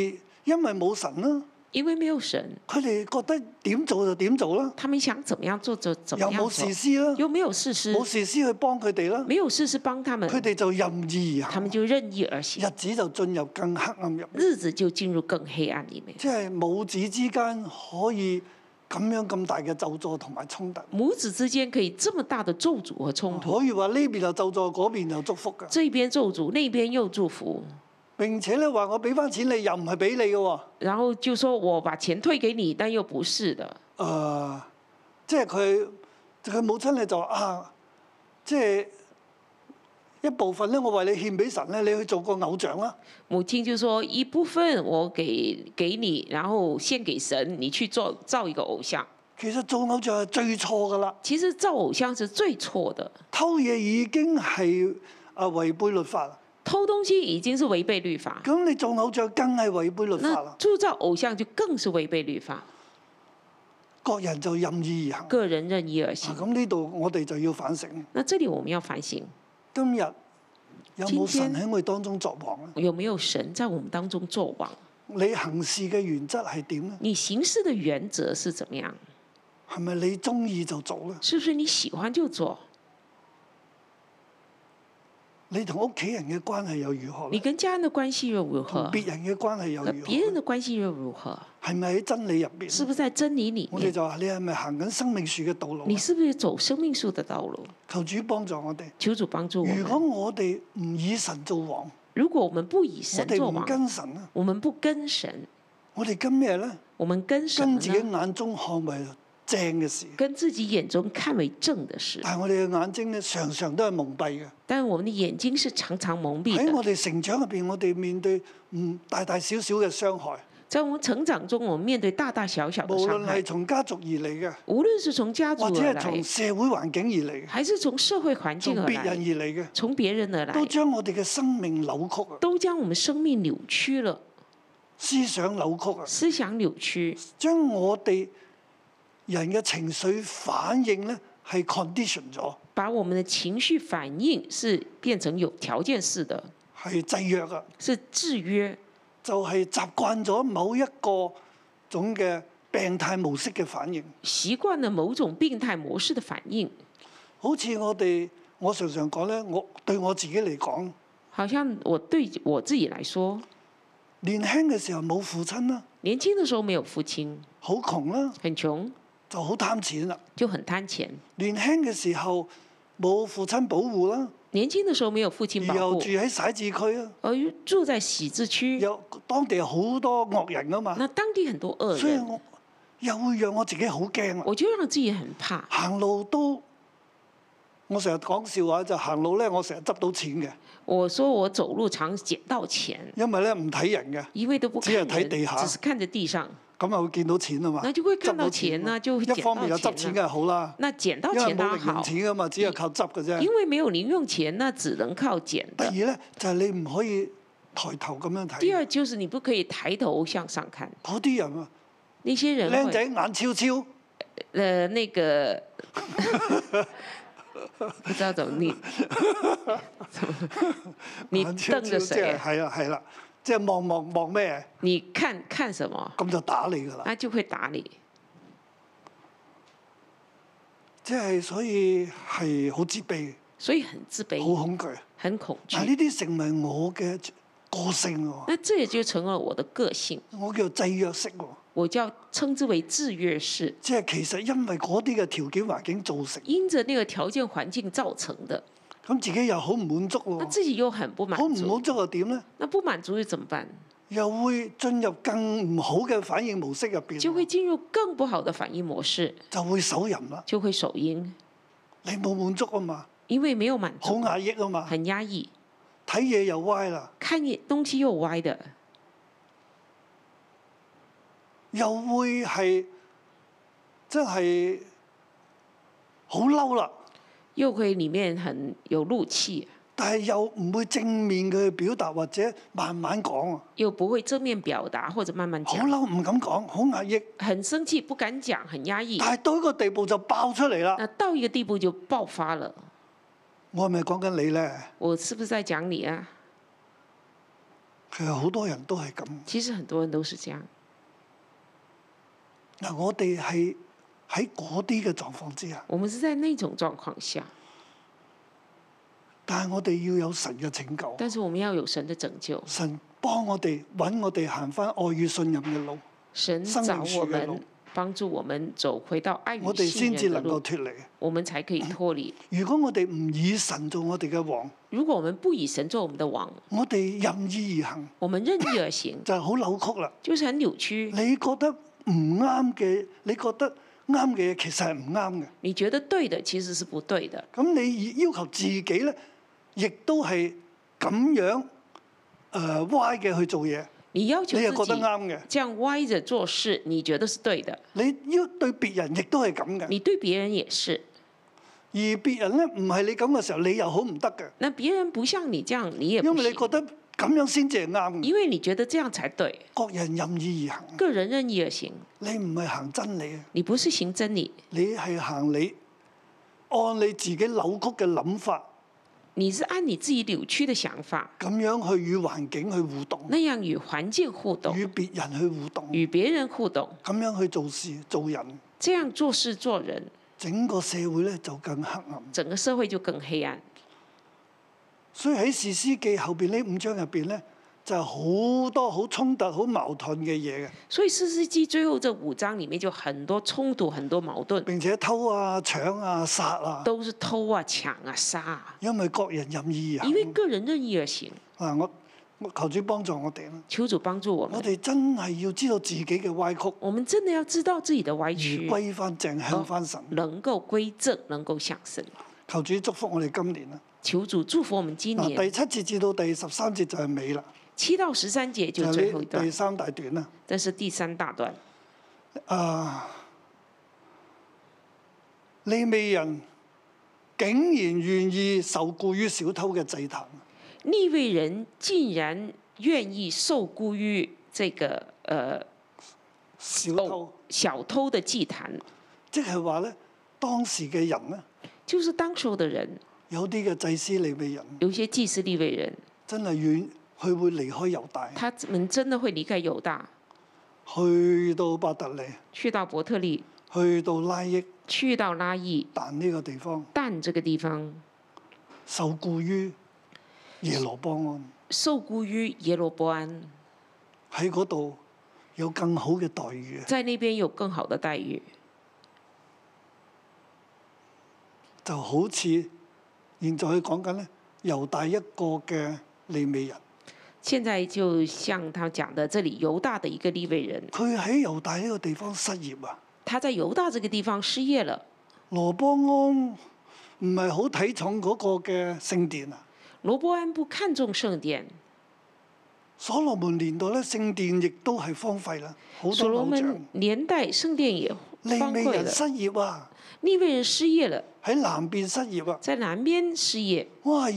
Speaker 2: 因為冇神啦，
Speaker 3: 因为没有神，
Speaker 2: 佢哋覺得點做就點做啦，
Speaker 3: 他们想怎么样做就怎
Speaker 2: 又
Speaker 3: 么
Speaker 2: 冇
Speaker 3: 样
Speaker 2: 事
Speaker 3: 做，
Speaker 2: 師啦，
Speaker 3: 又没有事师
Speaker 2: 冇，事師去幫佢哋啦，
Speaker 3: 没有事师帮他们，
Speaker 2: 佢哋就任意而
Speaker 3: 他们
Speaker 2: 行，
Speaker 3: 就任意而行
Speaker 2: 日，子就進入更黑暗入面，
Speaker 3: 日子就进入更黑暗里面。
Speaker 2: 即係母子之間可以咁樣咁大嘅咒詛同埋衝突，
Speaker 3: 母子之间可以这么大的咒诅和冲突，
Speaker 2: 可以話呢邊又咒詛，嗰邊又祝福㗎。
Speaker 3: 这边咒诅，那边又祝福，
Speaker 2: 並且咧話我俾翻錢你，又唔係俾你嘅喎，
Speaker 3: 然后就说我把钱退给你，但又不是的。
Speaker 2: 呃即係佢佢母親咧就話啊，即係一部分咧，我為你獻俾神咧，你去做個偶像啦。
Speaker 3: 母亲就说一部分我给给你，然后献给神，你去做造一个偶像。
Speaker 2: 其實做偶像係最錯噶啦，
Speaker 3: 其实造偶像是最错的，
Speaker 2: 偷嘢已經係啊違背律法啦。
Speaker 3: 偷东西已经是违背律法，
Speaker 2: 咁你做偶像更係違背律法
Speaker 3: 那
Speaker 2: 啦。
Speaker 3: 铸造偶像就更是违背律法，
Speaker 2: 各人就任意而行。
Speaker 3: 个人任意而行
Speaker 2: 啊。咁呢度我哋就要反省，
Speaker 3: 那这里我们要反省，
Speaker 2: 今日有
Speaker 3: 今天
Speaker 2: 冇神喺我哋當中作王咧？
Speaker 3: 有没有神在我们当中作王？
Speaker 2: 你行事嘅原則係點咧？
Speaker 3: 你行事的原则是怎么样？
Speaker 2: 係咪你中意就做咧？
Speaker 3: 是不是你喜欢就做？
Speaker 2: 你同屋企人嘅關係又如何
Speaker 3: 你
Speaker 2: 咧？
Speaker 3: 跟家人的关系又如
Speaker 2: 同
Speaker 3: 何？
Speaker 2: 別人嘅關係又
Speaker 3: 和
Speaker 2: 如何
Speaker 3: 别人
Speaker 2: 咧？
Speaker 3: 的关系又如何？
Speaker 2: 係咪喺真理入
Speaker 3: 是
Speaker 2: 邊？
Speaker 3: 不是在真理里
Speaker 2: 我哋
Speaker 3: 面？
Speaker 2: 就話你係咪行緊生命樹嘅道路啊
Speaker 3: 你？是不是走生命树的道路？
Speaker 2: 求主幫助我哋。
Speaker 3: 求主帮助我
Speaker 2: 如果
Speaker 3: 们。
Speaker 2: 我哋唔以神做王，
Speaker 3: 如果我们不以
Speaker 2: 我
Speaker 3: 神
Speaker 2: 哋
Speaker 3: 作
Speaker 2: 唔
Speaker 3: 王，
Speaker 2: 跟神啊，
Speaker 3: 我们不跟神，
Speaker 2: 我哋跟咩咧？
Speaker 3: 我们跟什
Speaker 2: 跟
Speaker 3: 么
Speaker 2: 自己
Speaker 3: 呢？
Speaker 2: 眼中看為正嘅事。
Speaker 3: 跟自己眼中看为正的事。
Speaker 2: 但係我哋嘅眼睛咧，常常都係蒙蔽嘅。
Speaker 3: 但我们的眼睛是常常蒙蔽
Speaker 2: 喺
Speaker 3: 的
Speaker 2: 哎我。哋成長入邊，我哋面對唔大大小小嘅傷害，
Speaker 3: 在我们成長中，我们面對大大小小的
Speaker 2: 無
Speaker 3: 傷
Speaker 2: 論
Speaker 3: 害
Speaker 2: 係，從家族而嚟嘅，
Speaker 3: 無論是從家族
Speaker 2: 或者
Speaker 3: 而
Speaker 2: 係
Speaker 3: 來
Speaker 2: 從，社會環境而嚟嘅，
Speaker 3: 還是從社會環
Speaker 2: 從
Speaker 3: 境而
Speaker 2: 別人
Speaker 3: 來，
Speaker 2: 而嚟嘅，
Speaker 3: 從別人而
Speaker 2: 都
Speaker 3: 來，
Speaker 2: 將我哋嘅生命扭曲啊，
Speaker 3: 都將我們生命扭曲了，
Speaker 2: 思想扭曲啊，
Speaker 3: 思想扭曲，
Speaker 2: 將我哋人嘅情緒反應咧係 condition 咗，
Speaker 3: 把我們的情緒反應是變成有條件式的，
Speaker 2: 係制約啊，
Speaker 3: 是制約，
Speaker 2: 就係、習慣咗某一個種嘅病態模式嘅反應。
Speaker 3: 習慣了某種病態模式的反應。
Speaker 2: 好似我哋，我常常講咧，我對我自己嚟講，
Speaker 3: 好像我對我自己來說，
Speaker 2: 年輕嘅時候冇父親啦，
Speaker 3: 年輕的時候沒有父親，
Speaker 2: 好窮啦，
Speaker 3: 很窮，
Speaker 2: 就好貪錢啦。
Speaker 3: 就很貪錢。
Speaker 2: 年輕嘅時候冇父親保護啦，
Speaker 3: 年輕的時候沒有父親保
Speaker 2: 又住
Speaker 3: 護，
Speaker 2: 喺徙置區啊，
Speaker 3: 而住在喜字區。
Speaker 2: 又當地好多惡人啊嘛，
Speaker 3: 那當地很多惡
Speaker 2: 所以
Speaker 3: 人，
Speaker 2: 我又會讓我自己好驚啊，
Speaker 3: 我就讓自己很怕。
Speaker 2: 行路都。我成日講笑話就行路咧，我成日執到錢嘅，
Speaker 3: 我說我走路常撿到錢，
Speaker 2: 因為咧唔睇人嘅，
Speaker 3: 一味都不
Speaker 2: 只
Speaker 3: 看
Speaker 2: 有
Speaker 3: 人，
Speaker 2: 睇地下
Speaker 3: 只是看着地上，
Speaker 2: 咁啊會見到錢啊嘛，
Speaker 3: 那就會看
Speaker 2: 執
Speaker 3: 到
Speaker 2: 錢
Speaker 3: 錢
Speaker 2: 啊
Speaker 3: 啊，就會
Speaker 2: 一
Speaker 3: 撿
Speaker 2: 方面有執
Speaker 3: 到
Speaker 2: 錢
Speaker 3: 錢
Speaker 2: 梗
Speaker 3: 啊。
Speaker 2: 係好啦，
Speaker 3: 那撿到
Speaker 2: 因為
Speaker 3: 錢
Speaker 2: 冇
Speaker 3: 當然
Speaker 2: 零用
Speaker 3: 好，
Speaker 2: 錢噶嘛，只有靠執嘅啫。
Speaker 3: 因為沒有零用錢，那只能靠撿
Speaker 2: 第
Speaker 3: 的。
Speaker 2: 二咧就係、你唔可以抬頭咁樣
Speaker 3: 第
Speaker 2: 睇，
Speaker 3: 二就是你不可以抬頭向上看，
Speaker 2: 嗰啲人啊，
Speaker 3: 那些人
Speaker 2: 僆仔
Speaker 3: 會
Speaker 2: 眼超超，
Speaker 3: 呃那個 不知道怎麼 你怎麼你
Speaker 2: 眼超
Speaker 3: 瞪
Speaker 2: 超
Speaker 3: 着
Speaker 2: 即係
Speaker 3: 誰，
Speaker 2: 係啦係啦，即係望望望咩，
Speaker 3: 你看看什麼，
Speaker 2: 咁就打你㗎啦。
Speaker 3: 那就會打你。
Speaker 2: 即係所以係好自卑，
Speaker 3: 所以很自卑，
Speaker 2: 好恐啊懼。
Speaker 3: 很恐
Speaker 2: 但
Speaker 3: 懼。
Speaker 2: 呢啲成為我嘅個性喎，
Speaker 3: 那這也就成了我的個性，
Speaker 2: 我叫制約式喎。
Speaker 3: 我叫稱之為制約式，
Speaker 2: 即係其實因為嗰啲嘅條件環境造成，
Speaker 3: 因着那個條件環境造成的。
Speaker 2: 咁自己又好唔滿足
Speaker 3: 那
Speaker 2: 喎。
Speaker 3: 自己又很不滿
Speaker 2: 哦好唔
Speaker 3: 足
Speaker 2: 滿，足又點咧？
Speaker 3: 那不滿足又怎麼辦？
Speaker 2: 又會進入更唔好嘅反應模式入邊
Speaker 3: 就會
Speaker 2: 喎，
Speaker 3: 進入更不好的反應模式，
Speaker 2: 就會手淫啦。
Speaker 3: 就會手淫，
Speaker 2: 你冇滿足啊嘛，
Speaker 3: 因為沒有滿
Speaker 2: 好
Speaker 3: 足，
Speaker 2: 壓抑啊嘛，
Speaker 3: 很壓抑，
Speaker 2: 睇嘢又歪啦，
Speaker 3: 看見東西又歪的，
Speaker 2: 又會係真係好嬲啦，
Speaker 3: 又會裡面很有怒氣，
Speaker 2: 但係又唔會正面嘅表達或者慢慢講啊，
Speaker 3: 又不會正面表達或者慢慢
Speaker 2: 好
Speaker 3: 講，
Speaker 2: 嬲唔敢講，好壓抑，
Speaker 3: 很生氣不敢講，很壓抑。
Speaker 2: 但係到一個地步就爆出嚟啦。
Speaker 3: 那到一個地步就爆發了。
Speaker 2: 我係咪講緊你呢？
Speaker 3: 我是不是在講你啊？
Speaker 2: 其實好多人都係咁。
Speaker 3: 其實很多人都是這樣。
Speaker 2: 嗱，我哋係喺嗰啲嘅狀況之下，
Speaker 3: 我們是在那種狀況下，
Speaker 2: 但係我哋要有神嘅拯救，
Speaker 3: 但是我們要有神的拯救，
Speaker 2: 神幫我哋揾我哋行翻愛與信任嘅路，
Speaker 3: 神
Speaker 2: 生命
Speaker 3: 找
Speaker 2: 樹
Speaker 3: 我
Speaker 2: 的路
Speaker 3: 們，幫助我們走回到愛
Speaker 2: 我
Speaker 3: 與
Speaker 2: 哋
Speaker 3: 信
Speaker 2: 先至
Speaker 3: 任的
Speaker 2: 能夠
Speaker 3: 路，
Speaker 2: 脱離。
Speaker 3: 我們才可以脫離。
Speaker 2: 如果我哋唔以神做我哋嘅王，
Speaker 3: 如果我們不以神做我們的王，
Speaker 2: 我哋任意而行
Speaker 3: 我們任意而行，
Speaker 2: 就係好扭曲啦。
Speaker 3: 就是很扭曲。
Speaker 2: 你覺得唔啱嘅，你覺得啱嘅嘢其實係唔啱嘅。
Speaker 3: 你覺得對的，其實是不對的。
Speaker 2: 咁你要求自己咧，亦都係咁樣誒、呃歪嘅去做嘢，
Speaker 3: 你要求
Speaker 2: 你又覺
Speaker 3: 自
Speaker 2: 得
Speaker 3: 己
Speaker 2: 啱嘅。
Speaker 3: 這樣歪着做事，你覺得是對的，
Speaker 2: 你要對別人亦都係咁嘅，
Speaker 3: 你對別人也是。
Speaker 2: 而別人咧唔係你咁嘅時候，你又好唔得嘅，
Speaker 3: 那別人不像你這樣，你也
Speaker 2: 因
Speaker 3: 不
Speaker 2: 為你覺
Speaker 3: 行，
Speaker 2: 得咁樣先至係啱嘅。
Speaker 3: 因為你覺得這樣才對。
Speaker 2: 各人任意而行，
Speaker 3: 個人任意而行，
Speaker 2: 你唔係行真理啊，
Speaker 3: 你不是行真理，
Speaker 2: 你係行你按你自己扭曲嘅諗法，
Speaker 3: 你是按你自己扭曲的想法，
Speaker 2: 咁樣去與環境去互動，
Speaker 3: 那樣與環境互動，
Speaker 2: 與別人去互動，
Speaker 3: 與別人互動，
Speaker 2: 咁樣去做事做人，
Speaker 3: 這樣做事做人，
Speaker 2: 整個社會咧就更黑暗。
Speaker 3: 整個社會就更黑暗。
Speaker 2: 所以喺《士師記》後邊呢五章入邊咧，就係好多好衝突、好矛盾嘅嘢嘅。
Speaker 3: 所以《四世紀》最後這五章裡面就很多衝突，很多矛盾，
Speaker 2: 並且偷啊、搶啊、殺啊，
Speaker 3: 都是偷啊、搶啊、殺啊，
Speaker 2: 因為各人任意而
Speaker 3: 因為
Speaker 2: 行。
Speaker 3: 個人任意而行。
Speaker 2: 嗱，我求主幫助我哋啦！
Speaker 3: 求主帮助我
Speaker 2: 我
Speaker 3: 们，
Speaker 2: 哋真係要知道自己嘅歪曲，
Speaker 3: 我们真的要知道自己的歪曲，
Speaker 2: 歸翻正，向翻神。
Speaker 3: 能够归正，能够向神。
Speaker 2: 求主祝福我哋今年啦！啊
Speaker 3: 求主祝福我们今
Speaker 2: 嗱，第
Speaker 3: 年
Speaker 2: 七節至到第十三節就係尾啦，
Speaker 3: 七到十三节
Speaker 2: 就
Speaker 3: 就最
Speaker 2: 係
Speaker 3: 后一
Speaker 2: 呢
Speaker 3: 段
Speaker 2: 第，三大段啦。
Speaker 3: 这是第三大段。
Speaker 2: 啊！利未人竟然願意受雇於小偷嘅祭壇，啊
Speaker 3: 逆位人竟然愿意受雇于这个呃
Speaker 2: 小
Speaker 3: Oh
Speaker 2: 偷
Speaker 3: 小偷的祭坛，
Speaker 2: 即係話咧，當時嘅人咧，
Speaker 3: 就是当时候的人，
Speaker 2: 有啲嘅祭司利未人
Speaker 3: 有些祭司立位人，
Speaker 2: 真係遠，佢會離開猶大，
Speaker 3: 他们真的会离开犹大，
Speaker 2: 去到伯特利，
Speaker 3: 去到伯特利，
Speaker 2: 去到拉益
Speaker 3: 去到拉邑
Speaker 2: 但呢個地方
Speaker 3: 但这个地方，
Speaker 2: 受雇於耶羅波安，
Speaker 3: 受雇于耶罗伯安，
Speaker 2: 喺嗰度有更好嘅待遇，啊
Speaker 3: 在那边有更好的待遇，
Speaker 2: 就好似現在佢講緊咧猶大一個嘅利未人。
Speaker 3: 现在就像他讲的，这里犹大的一个立位人，
Speaker 2: 佢喺猶大呢個地方失業啊。
Speaker 3: 他在犹大这个地方失业了。
Speaker 2: 羅波安唔係好睇重嗰個嘅聖殿啊。
Speaker 3: 罗伯安不看重圣殿，
Speaker 2: 所羅門年代咧，聖殿亦都係荒廢啦，好
Speaker 3: 所
Speaker 2: 多
Speaker 3: 罗
Speaker 2: 偶像
Speaker 3: 门。年代圣殿也
Speaker 2: 利
Speaker 3: 荒
Speaker 2: 未
Speaker 3: 废
Speaker 2: 人
Speaker 3: 了，
Speaker 2: 失業啊，
Speaker 3: 利未人失业了，
Speaker 2: 喺南邊失業啊。
Speaker 3: 在南边失业。
Speaker 2: 哇！而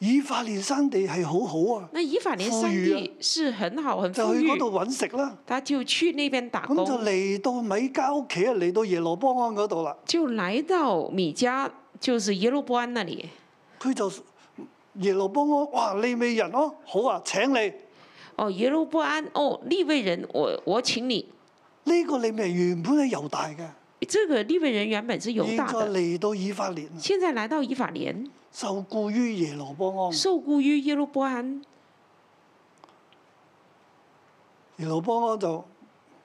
Speaker 2: 以法蓮山地係好好啊，
Speaker 3: 那以法莲三
Speaker 2: 富裕
Speaker 3: 地是很好很
Speaker 2: 就
Speaker 3: 富
Speaker 2: 去
Speaker 3: 裕
Speaker 2: 嗰，度揾食啦。
Speaker 3: 他就去那边打
Speaker 2: 咁就
Speaker 3: 工，
Speaker 2: 嚟到米家屋企啊，嚟到耶羅波安嗰度啦。
Speaker 3: 就来到米迦，就是耶路伯安那里。
Speaker 2: 佢就耶羅波安，哇！利未人哦，好啊，請你。
Speaker 3: 哦，耶路伯安，哦，利未人，我我请你。
Speaker 2: 呢、個利未人原本係猶大嘅。
Speaker 3: 这个利未人原本是犹
Speaker 2: 現在
Speaker 3: 大的，
Speaker 2: 嚟到以法蓮，
Speaker 3: 现在来到以法莲，
Speaker 2: 受雇於耶羅波安。
Speaker 3: 受雇于耶路伯安。
Speaker 2: 耶羅波安就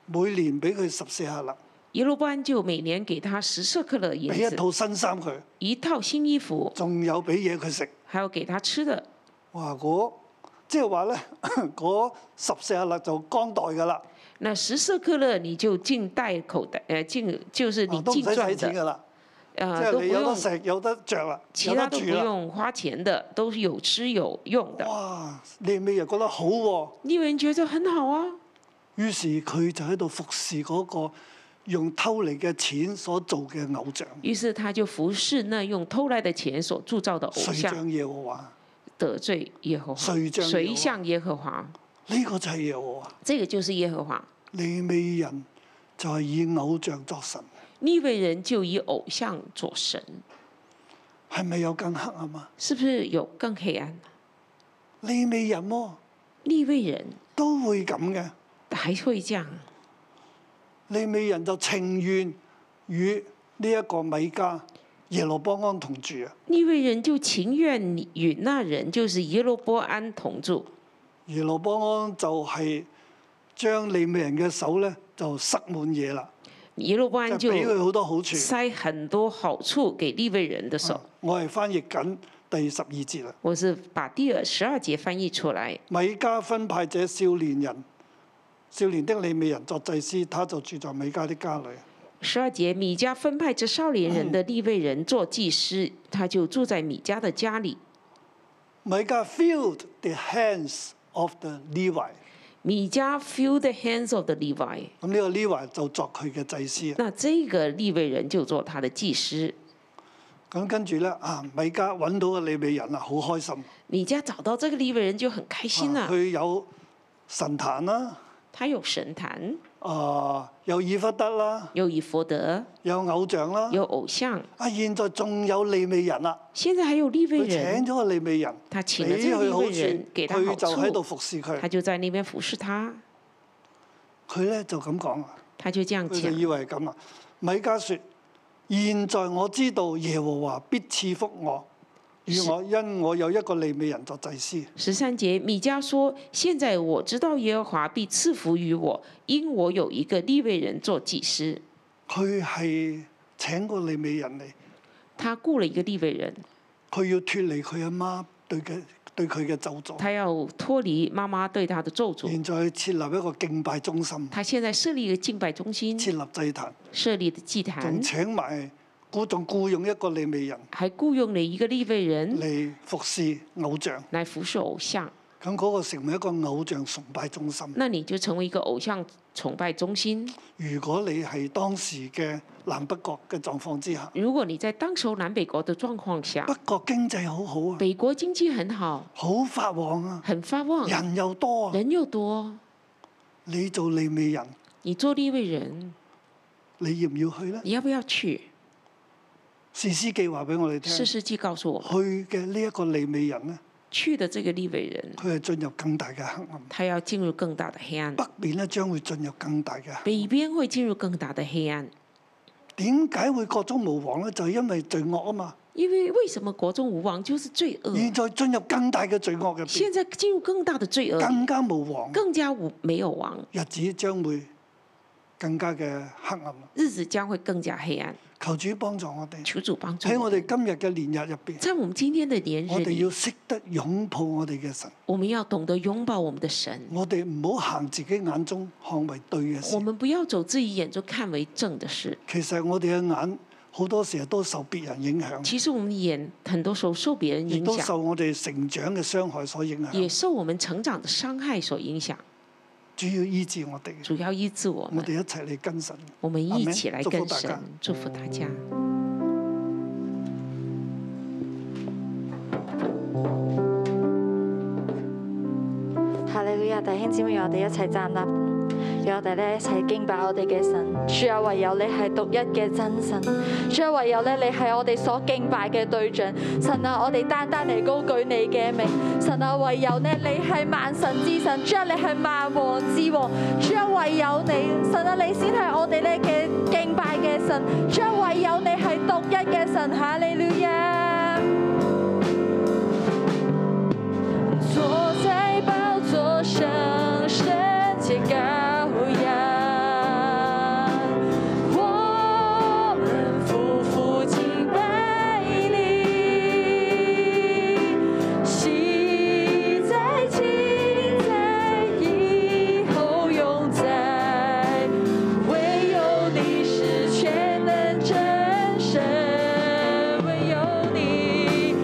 Speaker 2: 每年俾佢十四下勒，
Speaker 3: 耶路伯安就每年给他十舍克勒银
Speaker 2: 俾一
Speaker 3: 子，
Speaker 2: 套新衫佢，
Speaker 3: 一套新衣服，
Speaker 2: 仲有俾嘢佢食。
Speaker 3: 还有给他吃的。
Speaker 2: 哇！嗰即係話咧， 嗰十四下勒就光袋㗎啦，
Speaker 3: 那十色克勒你就进袋口袋，呃，进就是你
Speaker 2: 啊都唔
Speaker 3: 进
Speaker 2: 使使
Speaker 3: 赚
Speaker 2: 錢
Speaker 3: 的，
Speaker 2: 㗎啦，即
Speaker 3: 呃，
Speaker 2: 係
Speaker 3: 都不
Speaker 2: 你有得
Speaker 3: 用，
Speaker 2: 食、有得着啦，
Speaker 3: 其
Speaker 2: 有得
Speaker 3: 他都
Speaker 2: 住
Speaker 3: 不
Speaker 2: 啦。
Speaker 3: 用花錢的，都是有吃有用的。
Speaker 2: 哇！利未人覺得好喎、
Speaker 3: 利未人觉得很好啊，
Speaker 2: 於是佢就喺度服侍嗰個用偷嚟嘅錢所做嘅偶像，
Speaker 3: 於是他就服侍那用偷來的錢所铸造的偶
Speaker 2: 誰
Speaker 3: 像，
Speaker 2: 像耶和華？
Speaker 3: 得罪耶和华，
Speaker 2: 誰像耶和華
Speaker 3: 谁像耶和华？
Speaker 2: 呢、個就係耶和華。
Speaker 3: 这个就是耶和华。
Speaker 2: 利未人就係以偶像作神，
Speaker 3: 利未人就以偶像做神，
Speaker 2: 係咪有更黑暗啊？
Speaker 3: 是不是有更黑暗？
Speaker 2: 利未人喎、
Speaker 3: 利未人
Speaker 2: 都會咁嘅，
Speaker 3: 还会这样，
Speaker 2: 利未人就情願與呢一個米迦耶羅波安同住啊。
Speaker 3: 利未人就情愿与那人，就是耶罗波安同住。
Speaker 2: 耶羅波安就係將利未人嘅手咧就塞滿嘢啦，
Speaker 3: 耶路伯安就
Speaker 2: 就俾佢好多好處。
Speaker 3: 塞很多好處給利未人的手。
Speaker 2: 我係翻譯緊第十二節啦。
Speaker 3: 我是把第二十二节翻譯出來。
Speaker 2: 米迦分派者少年人，少年的利未人作祭司，他就住在米迦的家裏。
Speaker 3: 十二节，米迦分派这少年人的利未人做祭司，他就住在米迦的家里。
Speaker 2: 米迦 filled the hands of the Levi，
Speaker 3: 米迦 fill the hands of the Levi，
Speaker 2: 咁呢個 Levi 就作佢嘅祭司啊。
Speaker 3: 那这個利未人就做他的祭司。
Speaker 2: 咁跟住咧啊，米迦揾到個利未人啦，啊好開心。
Speaker 3: 米迦找到這個利未人就很開心
Speaker 2: 啊
Speaker 3: 啦、
Speaker 2: 佢有神壇啦，
Speaker 3: 他有神壇，
Speaker 2: 啊有以弗德啦，
Speaker 3: 有以佛德，
Speaker 2: 有偶像啦。
Speaker 3: 有偶像，
Speaker 2: 啊，現在仲有利未人啦，
Speaker 3: 現在還有利未
Speaker 2: 佢
Speaker 3: 人
Speaker 2: 請，咗個利未人，
Speaker 3: 他
Speaker 2: 俾
Speaker 3: 請了這個
Speaker 2: 佢
Speaker 3: 利
Speaker 2: 哎好
Speaker 3: 未
Speaker 2: 處
Speaker 3: 人，，給他
Speaker 2: 佢
Speaker 3: 好
Speaker 2: 就喺
Speaker 3: 處，
Speaker 2: 度服侍
Speaker 3: 他
Speaker 2: 佢。
Speaker 3: 就在那邊服侍他。
Speaker 2: 佢咧就咁講啊，
Speaker 3: 他就這樣
Speaker 2: 佢就以
Speaker 3: 講。
Speaker 2: 為係咁啦。米迦說：現在我知道耶和華必賜福我，與我因我有一個利未人作祭司。
Speaker 3: 十三节，米迦说：“现在我知道耶和华必赐福于我，因我有一个利未人做祭司。
Speaker 2: 佢係請個利未人嚟，
Speaker 3: 他雇了一个利未人，
Speaker 2: 佢要脱離佢阿媽對嘅對佢嘅咒詛。
Speaker 3: 他要脱离妈妈对他的咒诅。
Speaker 2: 現在設立一個敬拜中心，
Speaker 3: 他现在设立一个敬拜中心，
Speaker 2: 設立祭壇，
Speaker 3: 设立的祭
Speaker 2: 仲
Speaker 3: 坛，
Speaker 2: 請埋僱仲僱用一個利未人
Speaker 3: 还雇佣了一个立位人
Speaker 2: 嚟服侍偶像，
Speaker 3: 来服侍偶像，
Speaker 2: 咁嗰個成為一個偶像崇拜中心。
Speaker 3: 那你就成为一个偶像崇拜中心。
Speaker 2: 如果你係當時嘅南北國嘅狀況之下，
Speaker 3: 如果你在当时候南北国的状况下
Speaker 2: 北，國經濟好好啊，
Speaker 3: 北国经济很好，
Speaker 2: 好發旺啊，
Speaker 3: 很发旺，
Speaker 2: 人又多啊，
Speaker 3: 人又多，
Speaker 2: 你做利未人，
Speaker 3: 你做立位人，
Speaker 2: 你要唔要去呢？
Speaker 3: 你要不要去？
Speaker 2: 士師記話俾我哋聽，
Speaker 3: 四
Speaker 2: 去
Speaker 3: 世纪告诉我们，
Speaker 2: 嘅呢一個利未人呢，
Speaker 3: 去的这个立位人，
Speaker 2: 佢係進入更大嘅黑暗，
Speaker 3: 他要进入更大的黑暗，
Speaker 2: 北面呢將會進入更大嘅黑暗。
Speaker 3: 北边会进入更大的黑暗。
Speaker 2: 點解會國中無王呢？就係因為罪惡啊嘛。
Speaker 3: 因为为什么国中无王就是罪恶？
Speaker 2: 現在進入更大嘅罪惡入邊，
Speaker 3: 现在进入更大的罪恶，
Speaker 2: 更加無王，啊
Speaker 3: 更加无没有王，
Speaker 2: 日子將會更加嘅黑暗。
Speaker 3: 日子将会更加黑暗。
Speaker 2: 求主幫助我哋
Speaker 3: 求主帮助
Speaker 2: 喺
Speaker 3: 我
Speaker 2: 我
Speaker 3: 们
Speaker 2: 哋今日嘅年日入邊，
Speaker 3: 在我们今天的年
Speaker 2: 我
Speaker 3: 日
Speaker 2: 哋
Speaker 3: 里，
Speaker 2: 要識得擁抱我哋嘅神，
Speaker 3: 我们要懂得拥抱我们的神，
Speaker 2: 我哋唔好行自己眼中看為對嘅
Speaker 3: 我
Speaker 2: 事。
Speaker 3: 们不要走自己眼中看为正的事。
Speaker 2: 其實我哋嘅眼好多時候都受別人影響，
Speaker 3: 其实我们的眼很多时候受别人
Speaker 2: 亦
Speaker 3: 影
Speaker 2: 都
Speaker 3: 响，
Speaker 2: 受我哋成長嘅傷害所影
Speaker 3: 也
Speaker 2: 響。
Speaker 3: 受我们成长的伤害所影响。
Speaker 2: 主要醫治我哋，
Speaker 3: 主要医治我
Speaker 2: 我
Speaker 3: 们，
Speaker 2: 哋一齊嚟跟神。
Speaker 3: 我们一起来
Speaker 2: 阿
Speaker 3: 跟
Speaker 2: 门祝福大
Speaker 3: 神
Speaker 2: 家
Speaker 3: 祝福大家。
Speaker 4: 哈利路亞，弟兄姊妹，我哋一齊站立，讓我哋咧一齊敬拜我哋嘅神。主啊，唯有你係獨一嘅真神。主啊，唯有咧你係我哋所敬拜嘅對象。神啊，我哋單單嚟高舉你嘅名。神啊，唯有咧你係萬神之神。主啊，你係萬王之王。主啊，唯有你，神啊，你先係我哋咧嘅敬拜嘅神。主啊，唯有你係獨一嘅神。哈利路亞。坐在宝座上，圣洁羔羊，我们夫妇敬拜你，喜在今在，以后永在，唯有你是全能真神，唯有你。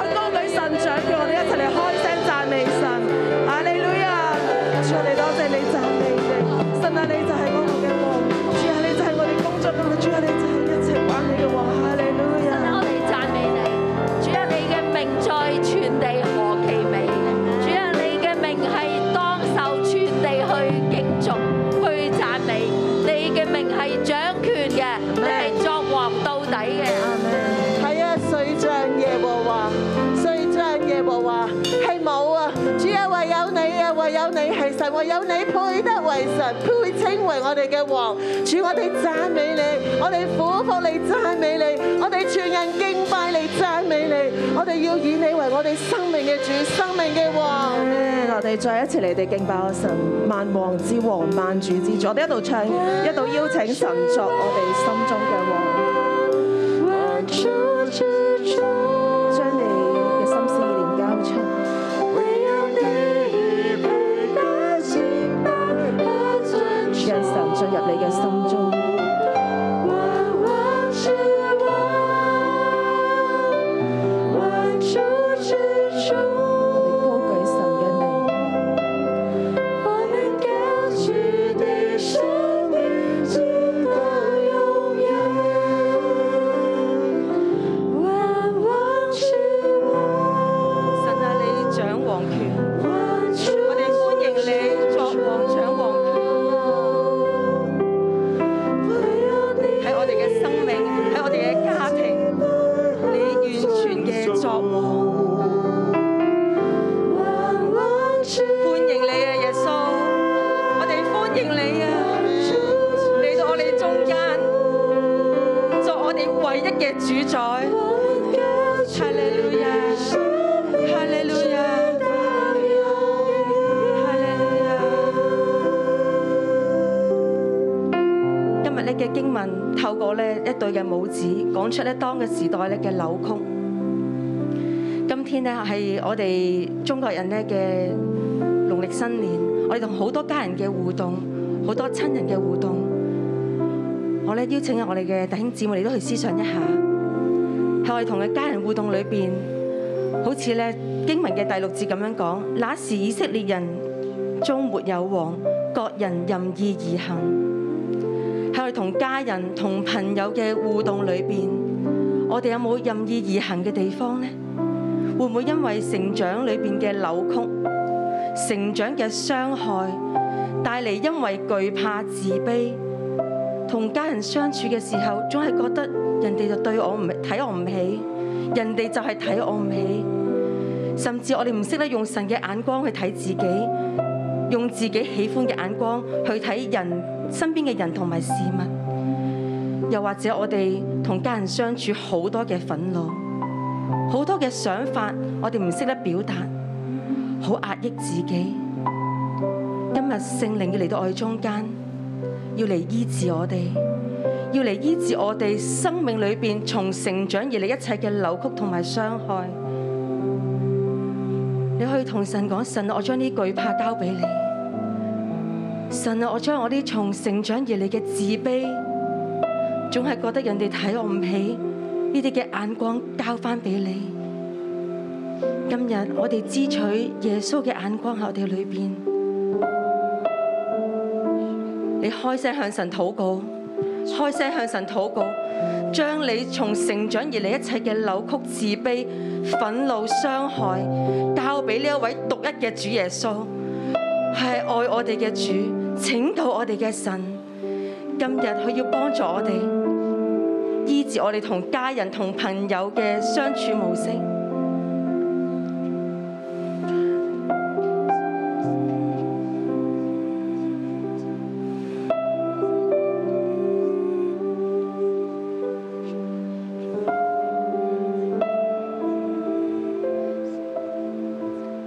Speaker 5: 啊啊，
Speaker 4: 啊啊
Speaker 6: 啊啊
Speaker 5: 係冇啊！主啊，唯有你啊，唯有你係神，唯有你配得為神，配稱為我哋嘅王。主，我哋讚美你，我哋俯伏你讚美你，我哋全人敬拜你讚美你，我哋要以你為我哋生命嘅主，生命嘅王。
Speaker 7: 我哋再一次嚟哋敬拜我神，萬王之王，萬主之主。我哋一度唱，一度邀請神作我哋心中嘅王，
Speaker 5: 萬主之主，
Speaker 7: 將你嘅心思意念交出。
Speaker 5: 唯有你配得敬拜和尊
Speaker 7: 讓神進入你嘅心中，
Speaker 5: 萬王之王，萬主之主，
Speaker 7: 我哋高舉神嘅名，
Speaker 5: 我們高舉你生命，直到永遠。萬王之
Speaker 6: 神啊，你掌王權，
Speaker 5: 王，萬主
Speaker 6: 我哋歡迎你作王掌王權喺我哋嘅生命，喺我哋嘅家庭，你完全嘅作王，
Speaker 5: 萬王之
Speaker 6: 歡迎你啊，耶穌，我哋歡迎你啊，嚟到我哋中間，作我哋唯一嘅主宰，哈利路亞，哈利路亞，哈利路亞。今日咧嘅經文透過咧一對嘅母子講出咧當嘅時代咧嘅扭曲。今天咧係我哋中國人咧嘅農曆新年，我哋同好多家人嘅互動，好多親人嘅互動。我咧邀請我哋嘅弟兄姊妹，你都去思想一下，喺我哋同嘅家人互動裏邊，好似咧經文嘅第六節咁樣講，那時以色列人中沒有王，各人任意而行。喺我哋同家人、同朋友嘅互動裏邊，我哋有冇任意而行嘅地方呢？會唔會因為成長裏邊嘅扭曲、成長嘅傷害，帶嚟因為懼怕、自卑，同家人相處嘅時候，總係覺得人哋就對我唔睇我唔起，人哋就係睇我唔起，甚至我哋唔識得用神嘅眼光去睇自己。用自己喜歡嘅眼光去睇人身邊嘅人同埋事物，又或者我哋同家人相處好多嘅憤怒，好多嘅想法，我哋唔識得表達，好壓抑自己。今日聖靈要嚟到我哋中間，要嚟醫治我哋，要嚟醫治我哋生命裏邊從成長而嚟一切嘅扭曲同埋傷害。你可以同神講：神啊，我將呢懼怕交俾你。神啊，我將我啲從成長而嚟嘅自卑，總係覺得人哋睇我唔起，呢啲嘅眼光交翻俾你。今日我哋支取耶穌嘅眼光喺我哋裏邊，你開聲向神禱告，開聲向神禱告，將你從成長而嚟一切嘅扭曲、自卑、憤怒、傷害。交俾呢一位獨一嘅主耶穌，係愛我哋嘅主，拯救我哋嘅神。今日佢要幫助我哋，醫治我哋同家人、同朋友嘅相處模式。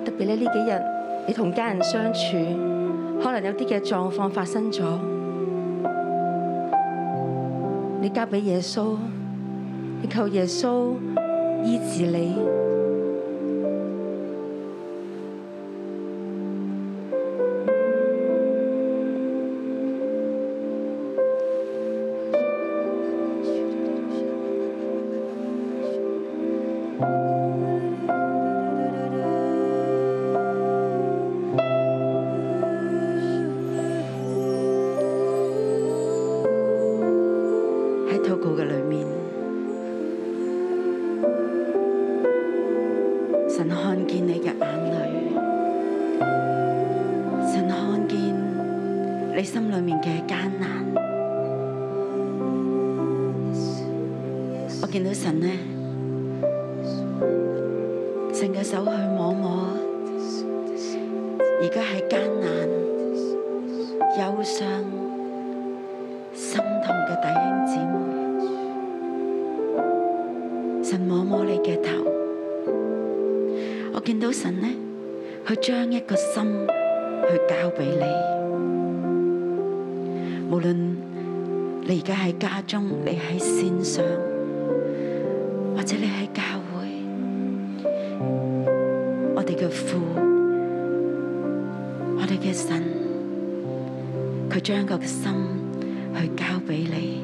Speaker 6: 特別咧呢幾日，你同家人相處，可能有啲嘅狀況發生咗，你交俾耶穌，你求耶穌醫治你。喺禱告嘅裏面，神看見你嘅眼淚，神看見你心裏面嘅艱難。我見到神呢，
Speaker 8: 神嘅手去摸摸，而家係艱難、憂傷、心痛嘅弟兄姊妹，神摸摸你嘅頭，我見到神呢，去將一個心去交俾你，無論你而家喺家中，你喺線上，或者你喺教會。我哋嘅父，我哋嘅神，佢將個心去交俾你。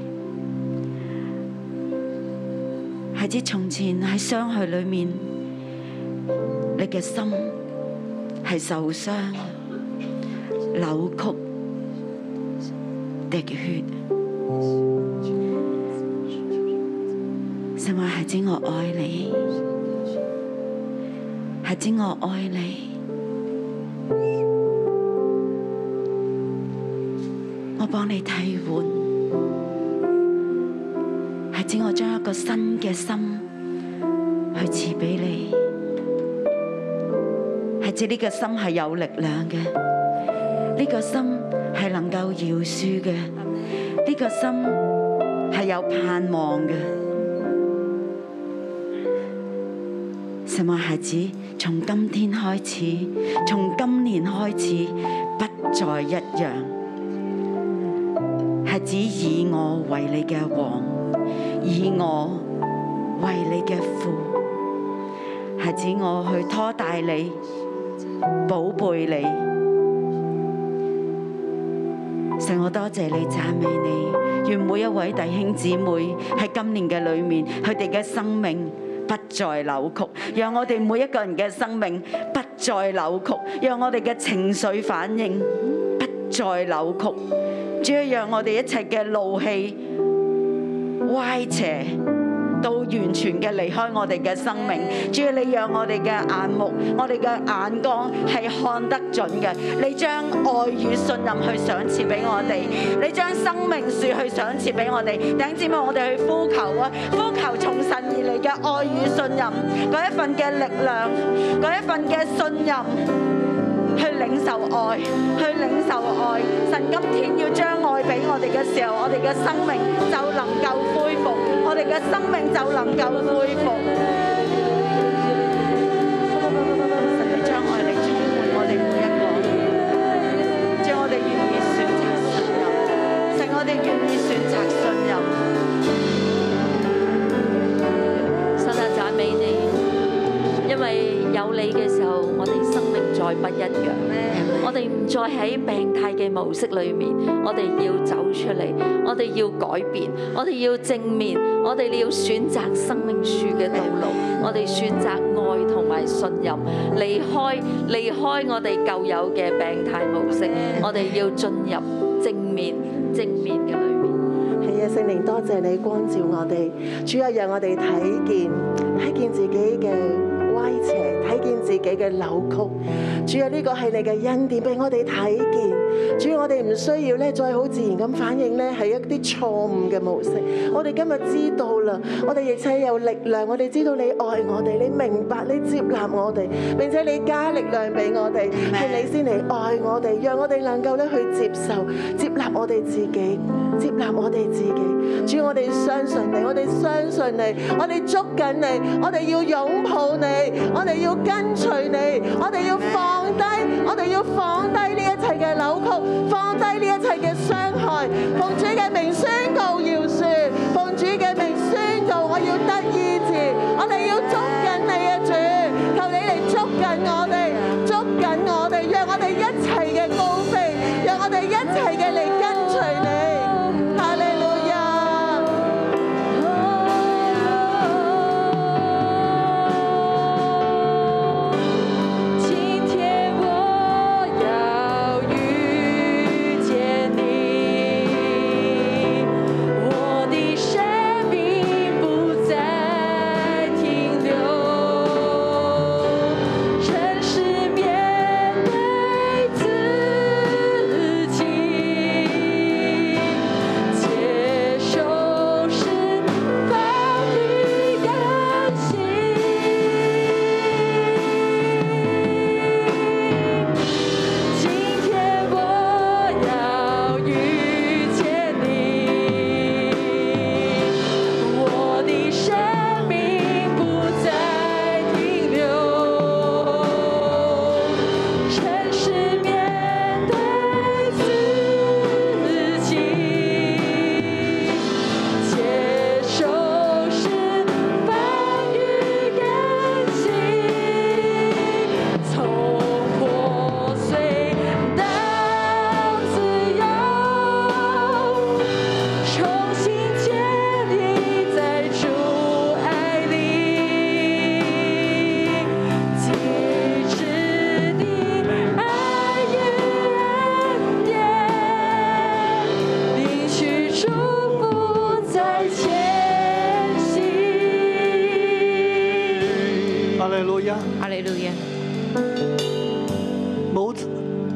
Speaker 8: 孩子從前喺傷害裏面，你嘅心係受傷、扭曲、滴血。神話孩子，我愛你。孩子，我愛你，我幫你替換。孩子，我將一個新嘅心去賜俾你。孩子，呢個心係有力量嘅，呢、個心係能夠饒恕嘅，呢、個心係有盼望嘅。神話孩子，從今天開始，從今年開始，不再一樣。孩子，以我為你嘅王，以我為你嘅父。孩子，我去拖帶你，寶貝你。神，我多謝你，讚美你。願每一位弟兄姊妹喺今年嘅裏面，佢哋嘅生命不再扭曲，讓我哋每一個人嘅生命不再扭曲，讓我哋嘅情緒反應不再扭曲。主要讓我哋一切嘅怒氣、歪斜到完全嘅離開我哋嘅生命。主要你讓我哋嘅眼目、我哋嘅眼光係看得準嘅。你將愛與信任去賞賜俾我哋，你將生命樹去賞賜俾我哋。頂姊妹，我哋去呼求啊！呼求從神而嚟嘅愛與信任，嗰一份嘅力量，嗰一份嘅信任。去領受愛，去領受愛。神今天要將愛俾我哋嘅時候，我哋嘅生命就能夠恢復，我哋嘅生命就能夠恢復。神你將愛嚟充滿我哋每一個，將我哋願意選擇信任，神我哋願意選擇信任。
Speaker 9: 神啊，讚美你，因為有你嘅時候，我哋生命再不一樣。我哋唔再喺病態嘅模式裏面，我哋要走出嚟，我哋要改變，我哋要正面，我哋要選擇生命樹嘅道路，我哋選擇愛同埋信任，離開離開我哋舊有嘅病態模式，我哋要進入正面正面嘅裏面。
Speaker 5: 係啊，聖靈多謝你光照我哋，主啊，讓我哋睇見睇見自己嘅歪斜，睇見自己嘅扭曲。主啊，呢個係你嘅恩典俾我哋睇見。主啊，我哋唔需要咧再好自然咁反應咧係一啲錯誤嘅模式。我哋今日知道啦，我哋亦且有力量，我哋知道你愛我哋，你明白，你接納我哋，並且你加力量俾我哋，係你先嚟愛我哋，讓我哋能夠咧去接受、接納我哋自己。接納我哋自己，主，我哋相信你，我哋相信你，我哋捉緊你，我哋要擁抱你，我哋要跟隨你，我哋要放低，我哋要放低呢一切嘅扭曲，放低呢一切嘅傷害，奉主嘅名宣告饒恕，奉主嘅名宣告我要得醫治，我哋要捉緊你啊，主，求你嚟捉緊我哋，捉緊我哋，讓我哋一齊嘅高飛，讓我哋一齊嘅嚟跟隨你，哈利路亞。
Speaker 9: 今天我要遇见你，我的生命不再停留，诚实面对自己。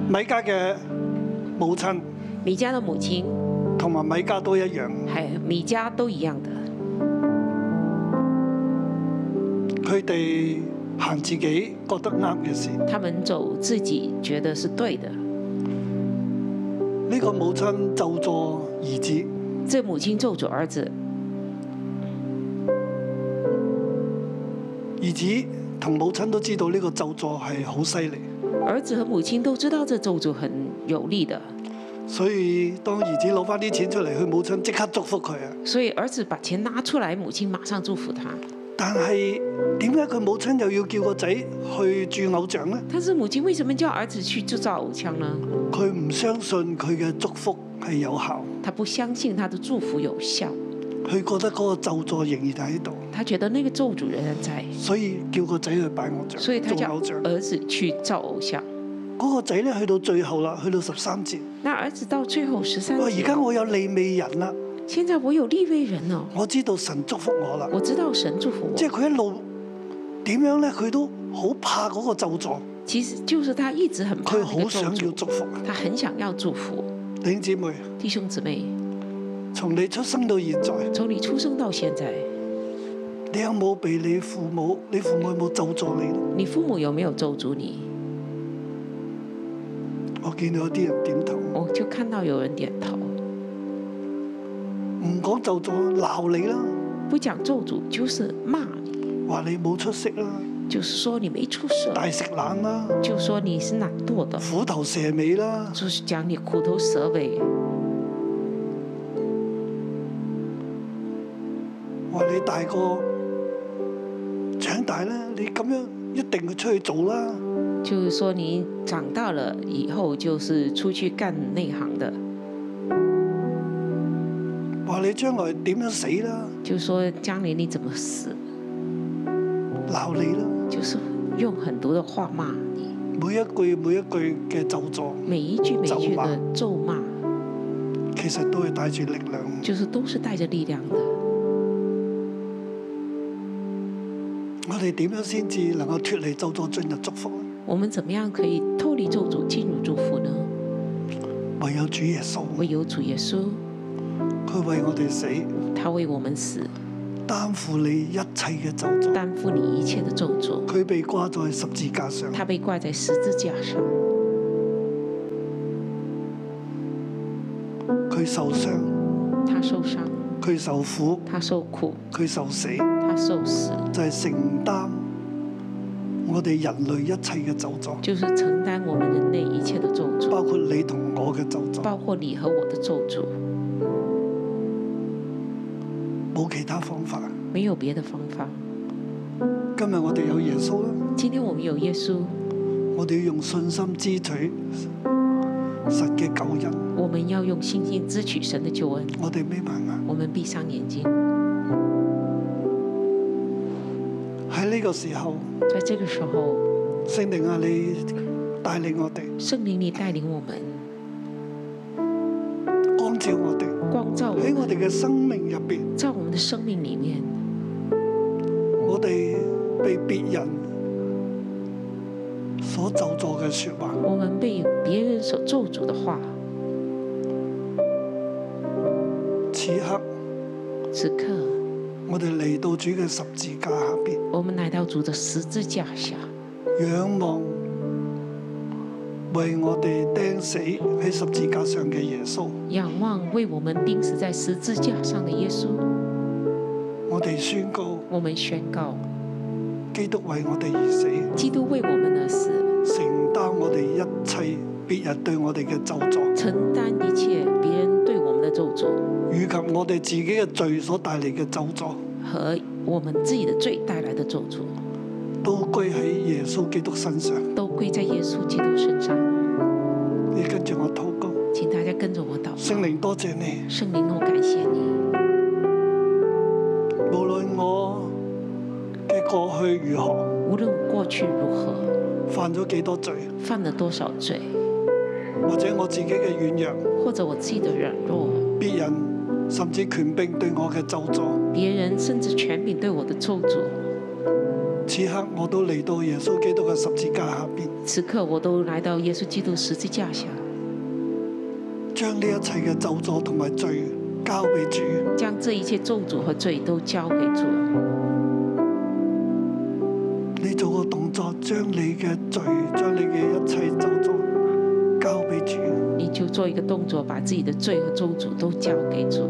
Speaker 2: 米加嘅母親
Speaker 3: 米迦的母亲
Speaker 2: 同埋米加都一樣，
Speaker 3: 还有米迦都一样的，
Speaker 2: 佢哋行自己覺得啱嘅事。呢、
Speaker 3: 他们走自己觉得是对的。
Speaker 2: 個母親就助兒子，
Speaker 3: 这母亲咒诅儿子，
Speaker 2: 兒子同母親都知道呢個就助係好犀利，
Speaker 3: 儿子和母亲都知道这咒诅很有力的，
Speaker 2: 所以當兒子攞翻啲錢出嚟，佢母親即刻祝福佢啊！
Speaker 3: 所以儿子把钱拿出来，母亲马上祝福他。
Speaker 2: 但係點解佢母親又要叫個仔去鑄偶像呢？
Speaker 3: 但是母亲为什么叫儿子去制造偶像呢？
Speaker 2: 佢唔相信佢嘅祝福係有效，
Speaker 3: 他不相信他的祝福有效，
Speaker 2: 佢覺得嗰個就助仍然喺度，
Speaker 3: 他觉得那个咒诅仍然在，
Speaker 2: 所以叫個仔去拜偶像，
Speaker 3: 所以他
Speaker 2: 做
Speaker 3: 叫
Speaker 2: 偶像。
Speaker 3: 儿子去造偶像。
Speaker 2: 嗰個仔咧去到最後啦，去到十三節，
Speaker 3: 那儿子到最后十三
Speaker 2: 哇！，而家我有利未人啦，
Speaker 3: 现在我有立位人哦，
Speaker 2: 我知道神祝福我啦。
Speaker 3: 我知道神祝福我
Speaker 2: 即。係佢一路點樣咧，佢都好怕嗰個咒詛，
Speaker 3: 其实就是他一直很怕那
Speaker 2: 佢
Speaker 3: 个
Speaker 2: 好
Speaker 3: 咒
Speaker 2: 想要
Speaker 3: 诅，
Speaker 2: 祝福。啊
Speaker 3: 他很想要祝福
Speaker 2: 弟兄姊妹，
Speaker 3: 弟兄姊妹。
Speaker 2: 從你出生到現在，
Speaker 3: 从你出生到现在，
Speaker 2: 你有冇被你父母、你父母有冇咒詛你咧？
Speaker 3: 你父母有没有咒诅你？
Speaker 2: 我見到有啲人點頭，
Speaker 3: 我就看到有人点头，
Speaker 2: 唔講咒詛，鬧你啦，
Speaker 3: 不讲咒诅就是骂你，
Speaker 2: 話你冇出息啦，
Speaker 3: 就是说你没出息，
Speaker 2: 大食懶啦，
Speaker 3: 就说你是懒惰的，
Speaker 2: 虎頭蛇尾啦，
Speaker 3: 就是讲你虎头蛇尾，
Speaker 2: 話你大個長大咧，你咁樣一定要出去做啦。
Speaker 3: 就是说你长大了以后就是出去干内行的，
Speaker 2: 話你將來點樣死啦，
Speaker 3: 就说将来你怎么死，
Speaker 2: 鬧你啦，
Speaker 3: 就是用很多的话骂你，
Speaker 2: 每一句每一句嘅咒詛。
Speaker 3: 每一句每一句的咒骂，
Speaker 2: 其實都係帶住力量。
Speaker 3: 就是都是带着力量的。
Speaker 2: 我哋點樣先至能夠脱離咒詛進入祝福咧？
Speaker 3: 我们怎么样可以脱离咒诅进入祝福呢？
Speaker 2: 唯有主耶穌，
Speaker 3: 唯有主耶稣，
Speaker 2: 佢為我哋死，
Speaker 3: 他为我们死，
Speaker 2: 擔負你一切嘅咒詛。
Speaker 3: 担负你一切的咒诅。
Speaker 2: 佢被掛在十字架上，
Speaker 3: 他被挂在十字架上，
Speaker 2: 佢受傷，
Speaker 3: 他受伤，
Speaker 2: 佢受苦，
Speaker 3: 他受苦，
Speaker 2: 佢受死，
Speaker 3: 他受死，
Speaker 2: 就係、承擔我哋人類一切嘅咒詛，
Speaker 3: 就是承担我们人类一切的咒诅，
Speaker 2: 包括你同我嘅咒詛，
Speaker 3: 包括你和我的咒诅，
Speaker 2: 冇其他方法。
Speaker 3: 没有别的方法。
Speaker 2: 今日我哋有耶穌啦，
Speaker 3: 今天我们有耶稣，
Speaker 2: 我哋要用信心支取神嘅救恩。
Speaker 3: 我们要用信心支取神的救恩。
Speaker 2: 我哋眯埋眼。
Speaker 3: 我们闭上眼睛，
Speaker 2: 喺呢個時候，
Speaker 3: 在这个时候，
Speaker 2: 聖靈啊，你帶領我哋，
Speaker 3: 圣灵你带领我们，
Speaker 2: 光照我哋
Speaker 3: 光照我
Speaker 2: 喺我
Speaker 3: 们，
Speaker 2: 哋嘅生命入邊，
Speaker 3: 在我们的生命里面，
Speaker 2: 我哋被別人所咒詛嘅説話，
Speaker 3: 我们被别人所咒诅的话，
Speaker 2: 此刻
Speaker 3: 此刻
Speaker 2: 我哋嚟到主嘅十字架下邊，
Speaker 3: 我们来到主的十字架下，
Speaker 2: 仰望為我哋釘死喺十字架上嘅耶穌，
Speaker 3: 仰望为我们钉死在十字架上的耶稣。
Speaker 2: 我哋宣告
Speaker 3: 我们宣告，
Speaker 2: 基督為我哋而死，
Speaker 3: 基督为我们而死，
Speaker 2: 承擔我哋一切別人對我哋嘅咒詛，
Speaker 3: 承担一切别人对我们的咒诅
Speaker 2: 以及我哋自己嘅罪所帶嚟嘅咒詛。
Speaker 3: 和我们自己的罪带来的咒诅，
Speaker 2: 都歸喺耶穌基督身上。
Speaker 3: 都归在耶稣基督身上。
Speaker 2: 你跟住我禱告，
Speaker 3: 请大家跟着我祷
Speaker 2: 聖靈多謝你，
Speaker 3: 圣灵，我感谢你，
Speaker 2: 無論我嘅過去如何，
Speaker 3: 无论我过去如何，
Speaker 2: 犯咗幾多罪，
Speaker 3: 犯了多少罪，
Speaker 2: 或者我自己嘅軟弱，
Speaker 3: 或者我自己的软弱，
Speaker 2: 別人甚至權柄對我嘅咒詛，
Speaker 3: 别人甚至权柄对我的咒诅，
Speaker 2: 此刻我都嚟到耶穌基督嘅十字架下邊，
Speaker 3: 此刻我都来到耶稣基督十字架下，
Speaker 2: 將呢一切嘅咒詛同埋罪交俾主。
Speaker 3: 将这一切咒诅和罪都交给主。
Speaker 2: 你做個動作，將你嘅罪、將你嘅一切咒詛交俾主。
Speaker 3: 你就做一个动作，把自己的罪和咒诅都交给主。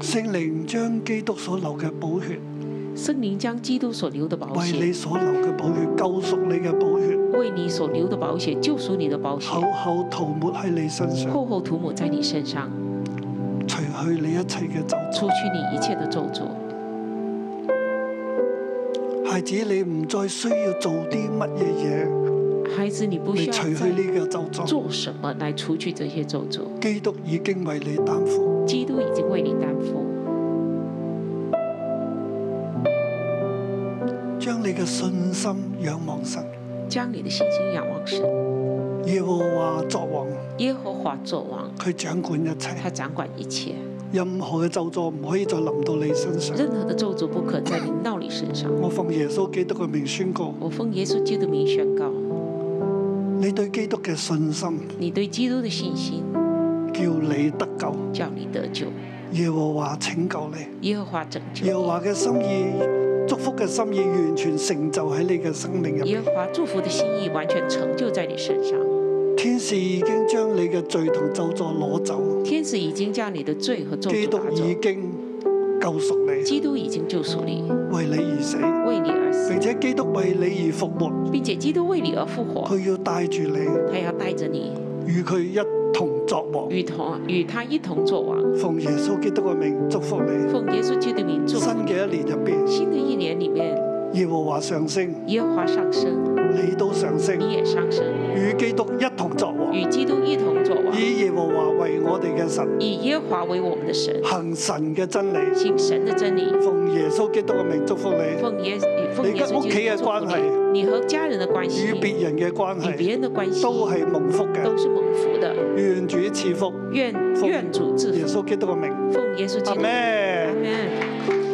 Speaker 2: 聖靈將基督所流嘅寶血，
Speaker 3: 圣灵将基督所流的宝
Speaker 2: 為你
Speaker 3: 血，
Speaker 2: 所流嘅寶血，救贖你嘅寶血，
Speaker 3: 为你所流的宝血救赎你的宝血
Speaker 2: 厚，厚塗抹喺你身上，
Speaker 3: 厚厚涂抹在你身上，
Speaker 2: 除去你一切嘅咒詛。
Speaker 3: 除去你一切的咒诅。
Speaker 2: 孩子，你唔再需要做啲乜嘢嘢
Speaker 3: 孩子，你不需
Speaker 2: 嚟
Speaker 3: 要
Speaker 2: 除去
Speaker 3: 再
Speaker 2: 呢個咒詛。
Speaker 3: 做什么来除去这些咒诅，
Speaker 2: 基督已經為你擔負，
Speaker 3: 基督已经为你担负。
Speaker 2: 將你嘅信心仰望神，
Speaker 3: 将你的信心仰望神，
Speaker 2: 耶和華作王，
Speaker 3: 耶和华作王，
Speaker 2: 佢掌管一切。
Speaker 3: 他掌管一切，
Speaker 2: 任何嘅咒詛唔可以再臨到你身上。
Speaker 3: 任何的咒诅不可再临到你身上。
Speaker 2: 我奉耶穌基督嘅名宣告，
Speaker 3: 我奉耶稣基督的名宣告，
Speaker 2: 你對基督嘅信心
Speaker 3: 你对基督的信心
Speaker 2: 叫你得救。
Speaker 3: 叫你得救，
Speaker 2: 耶和華拯救你，
Speaker 3: 耶和华拯救
Speaker 2: 耶和
Speaker 3: 你。
Speaker 2: 華嘅心意、祝福嘅心意完全成就喺你嘅生命入
Speaker 3: 耶
Speaker 2: 面。
Speaker 3: 和华祝福的心意完全成就在你身上。
Speaker 2: 天使已經將你嘅罪同咒詛攞走，
Speaker 3: 天使已经将你的罪和咒
Speaker 2: 基
Speaker 3: 诅
Speaker 2: 督
Speaker 3: 拿
Speaker 2: 已
Speaker 3: 走，
Speaker 2: 經救贖你，
Speaker 3: 基督已经救赎你，
Speaker 2: 為你而死，
Speaker 3: 为你而死
Speaker 2: 並，且基督為你而復活，
Speaker 3: 并且基督为你而复活，
Speaker 2: 佢要帶住你，
Speaker 3: 他要带着你
Speaker 2: 與佢一同作王。
Speaker 3: 与同与他一同作王。
Speaker 2: 奉耶穌基督嘅名祝福你，
Speaker 3: 奉耶稣基督的名祝
Speaker 2: 新
Speaker 3: 福你。
Speaker 2: 嘅一年入邊。
Speaker 3: 新的一年里面，
Speaker 2: 耶和華上升，
Speaker 3: 耶和华上升，
Speaker 2: 你都上升，
Speaker 3: 你也上升，
Speaker 2: 與基督一同作王，
Speaker 3: 与基督一同作王，
Speaker 2: 以耶和華為我哋嘅神，
Speaker 3: 以耶和华为我们的神，
Speaker 2: 行神嘅真理。
Speaker 3: 行神的真理。
Speaker 2: 奉耶穌基督嘅名祝福你，
Speaker 3: 奉耶奉耶稣
Speaker 2: 你跟屋
Speaker 3: 基
Speaker 2: 企
Speaker 3: 督
Speaker 2: 嘅
Speaker 3: 的祝福
Speaker 2: 關係
Speaker 3: 你，你和家人的關
Speaker 2: 與
Speaker 3: 係，
Speaker 2: 別人嘅關
Speaker 3: 與別
Speaker 2: 係
Speaker 3: 人的關係
Speaker 2: 都係蒙福嘅
Speaker 3: 都。是蒙福的。
Speaker 2: 願主賜福，
Speaker 3: 愿
Speaker 2: 奉
Speaker 3: 愿主赐
Speaker 2: 耶
Speaker 3: 福，
Speaker 2: 穌基督嘅名。
Speaker 3: 奉耶稣基
Speaker 2: 阿
Speaker 3: 督。
Speaker 2: 咩？
Speaker 3: Amen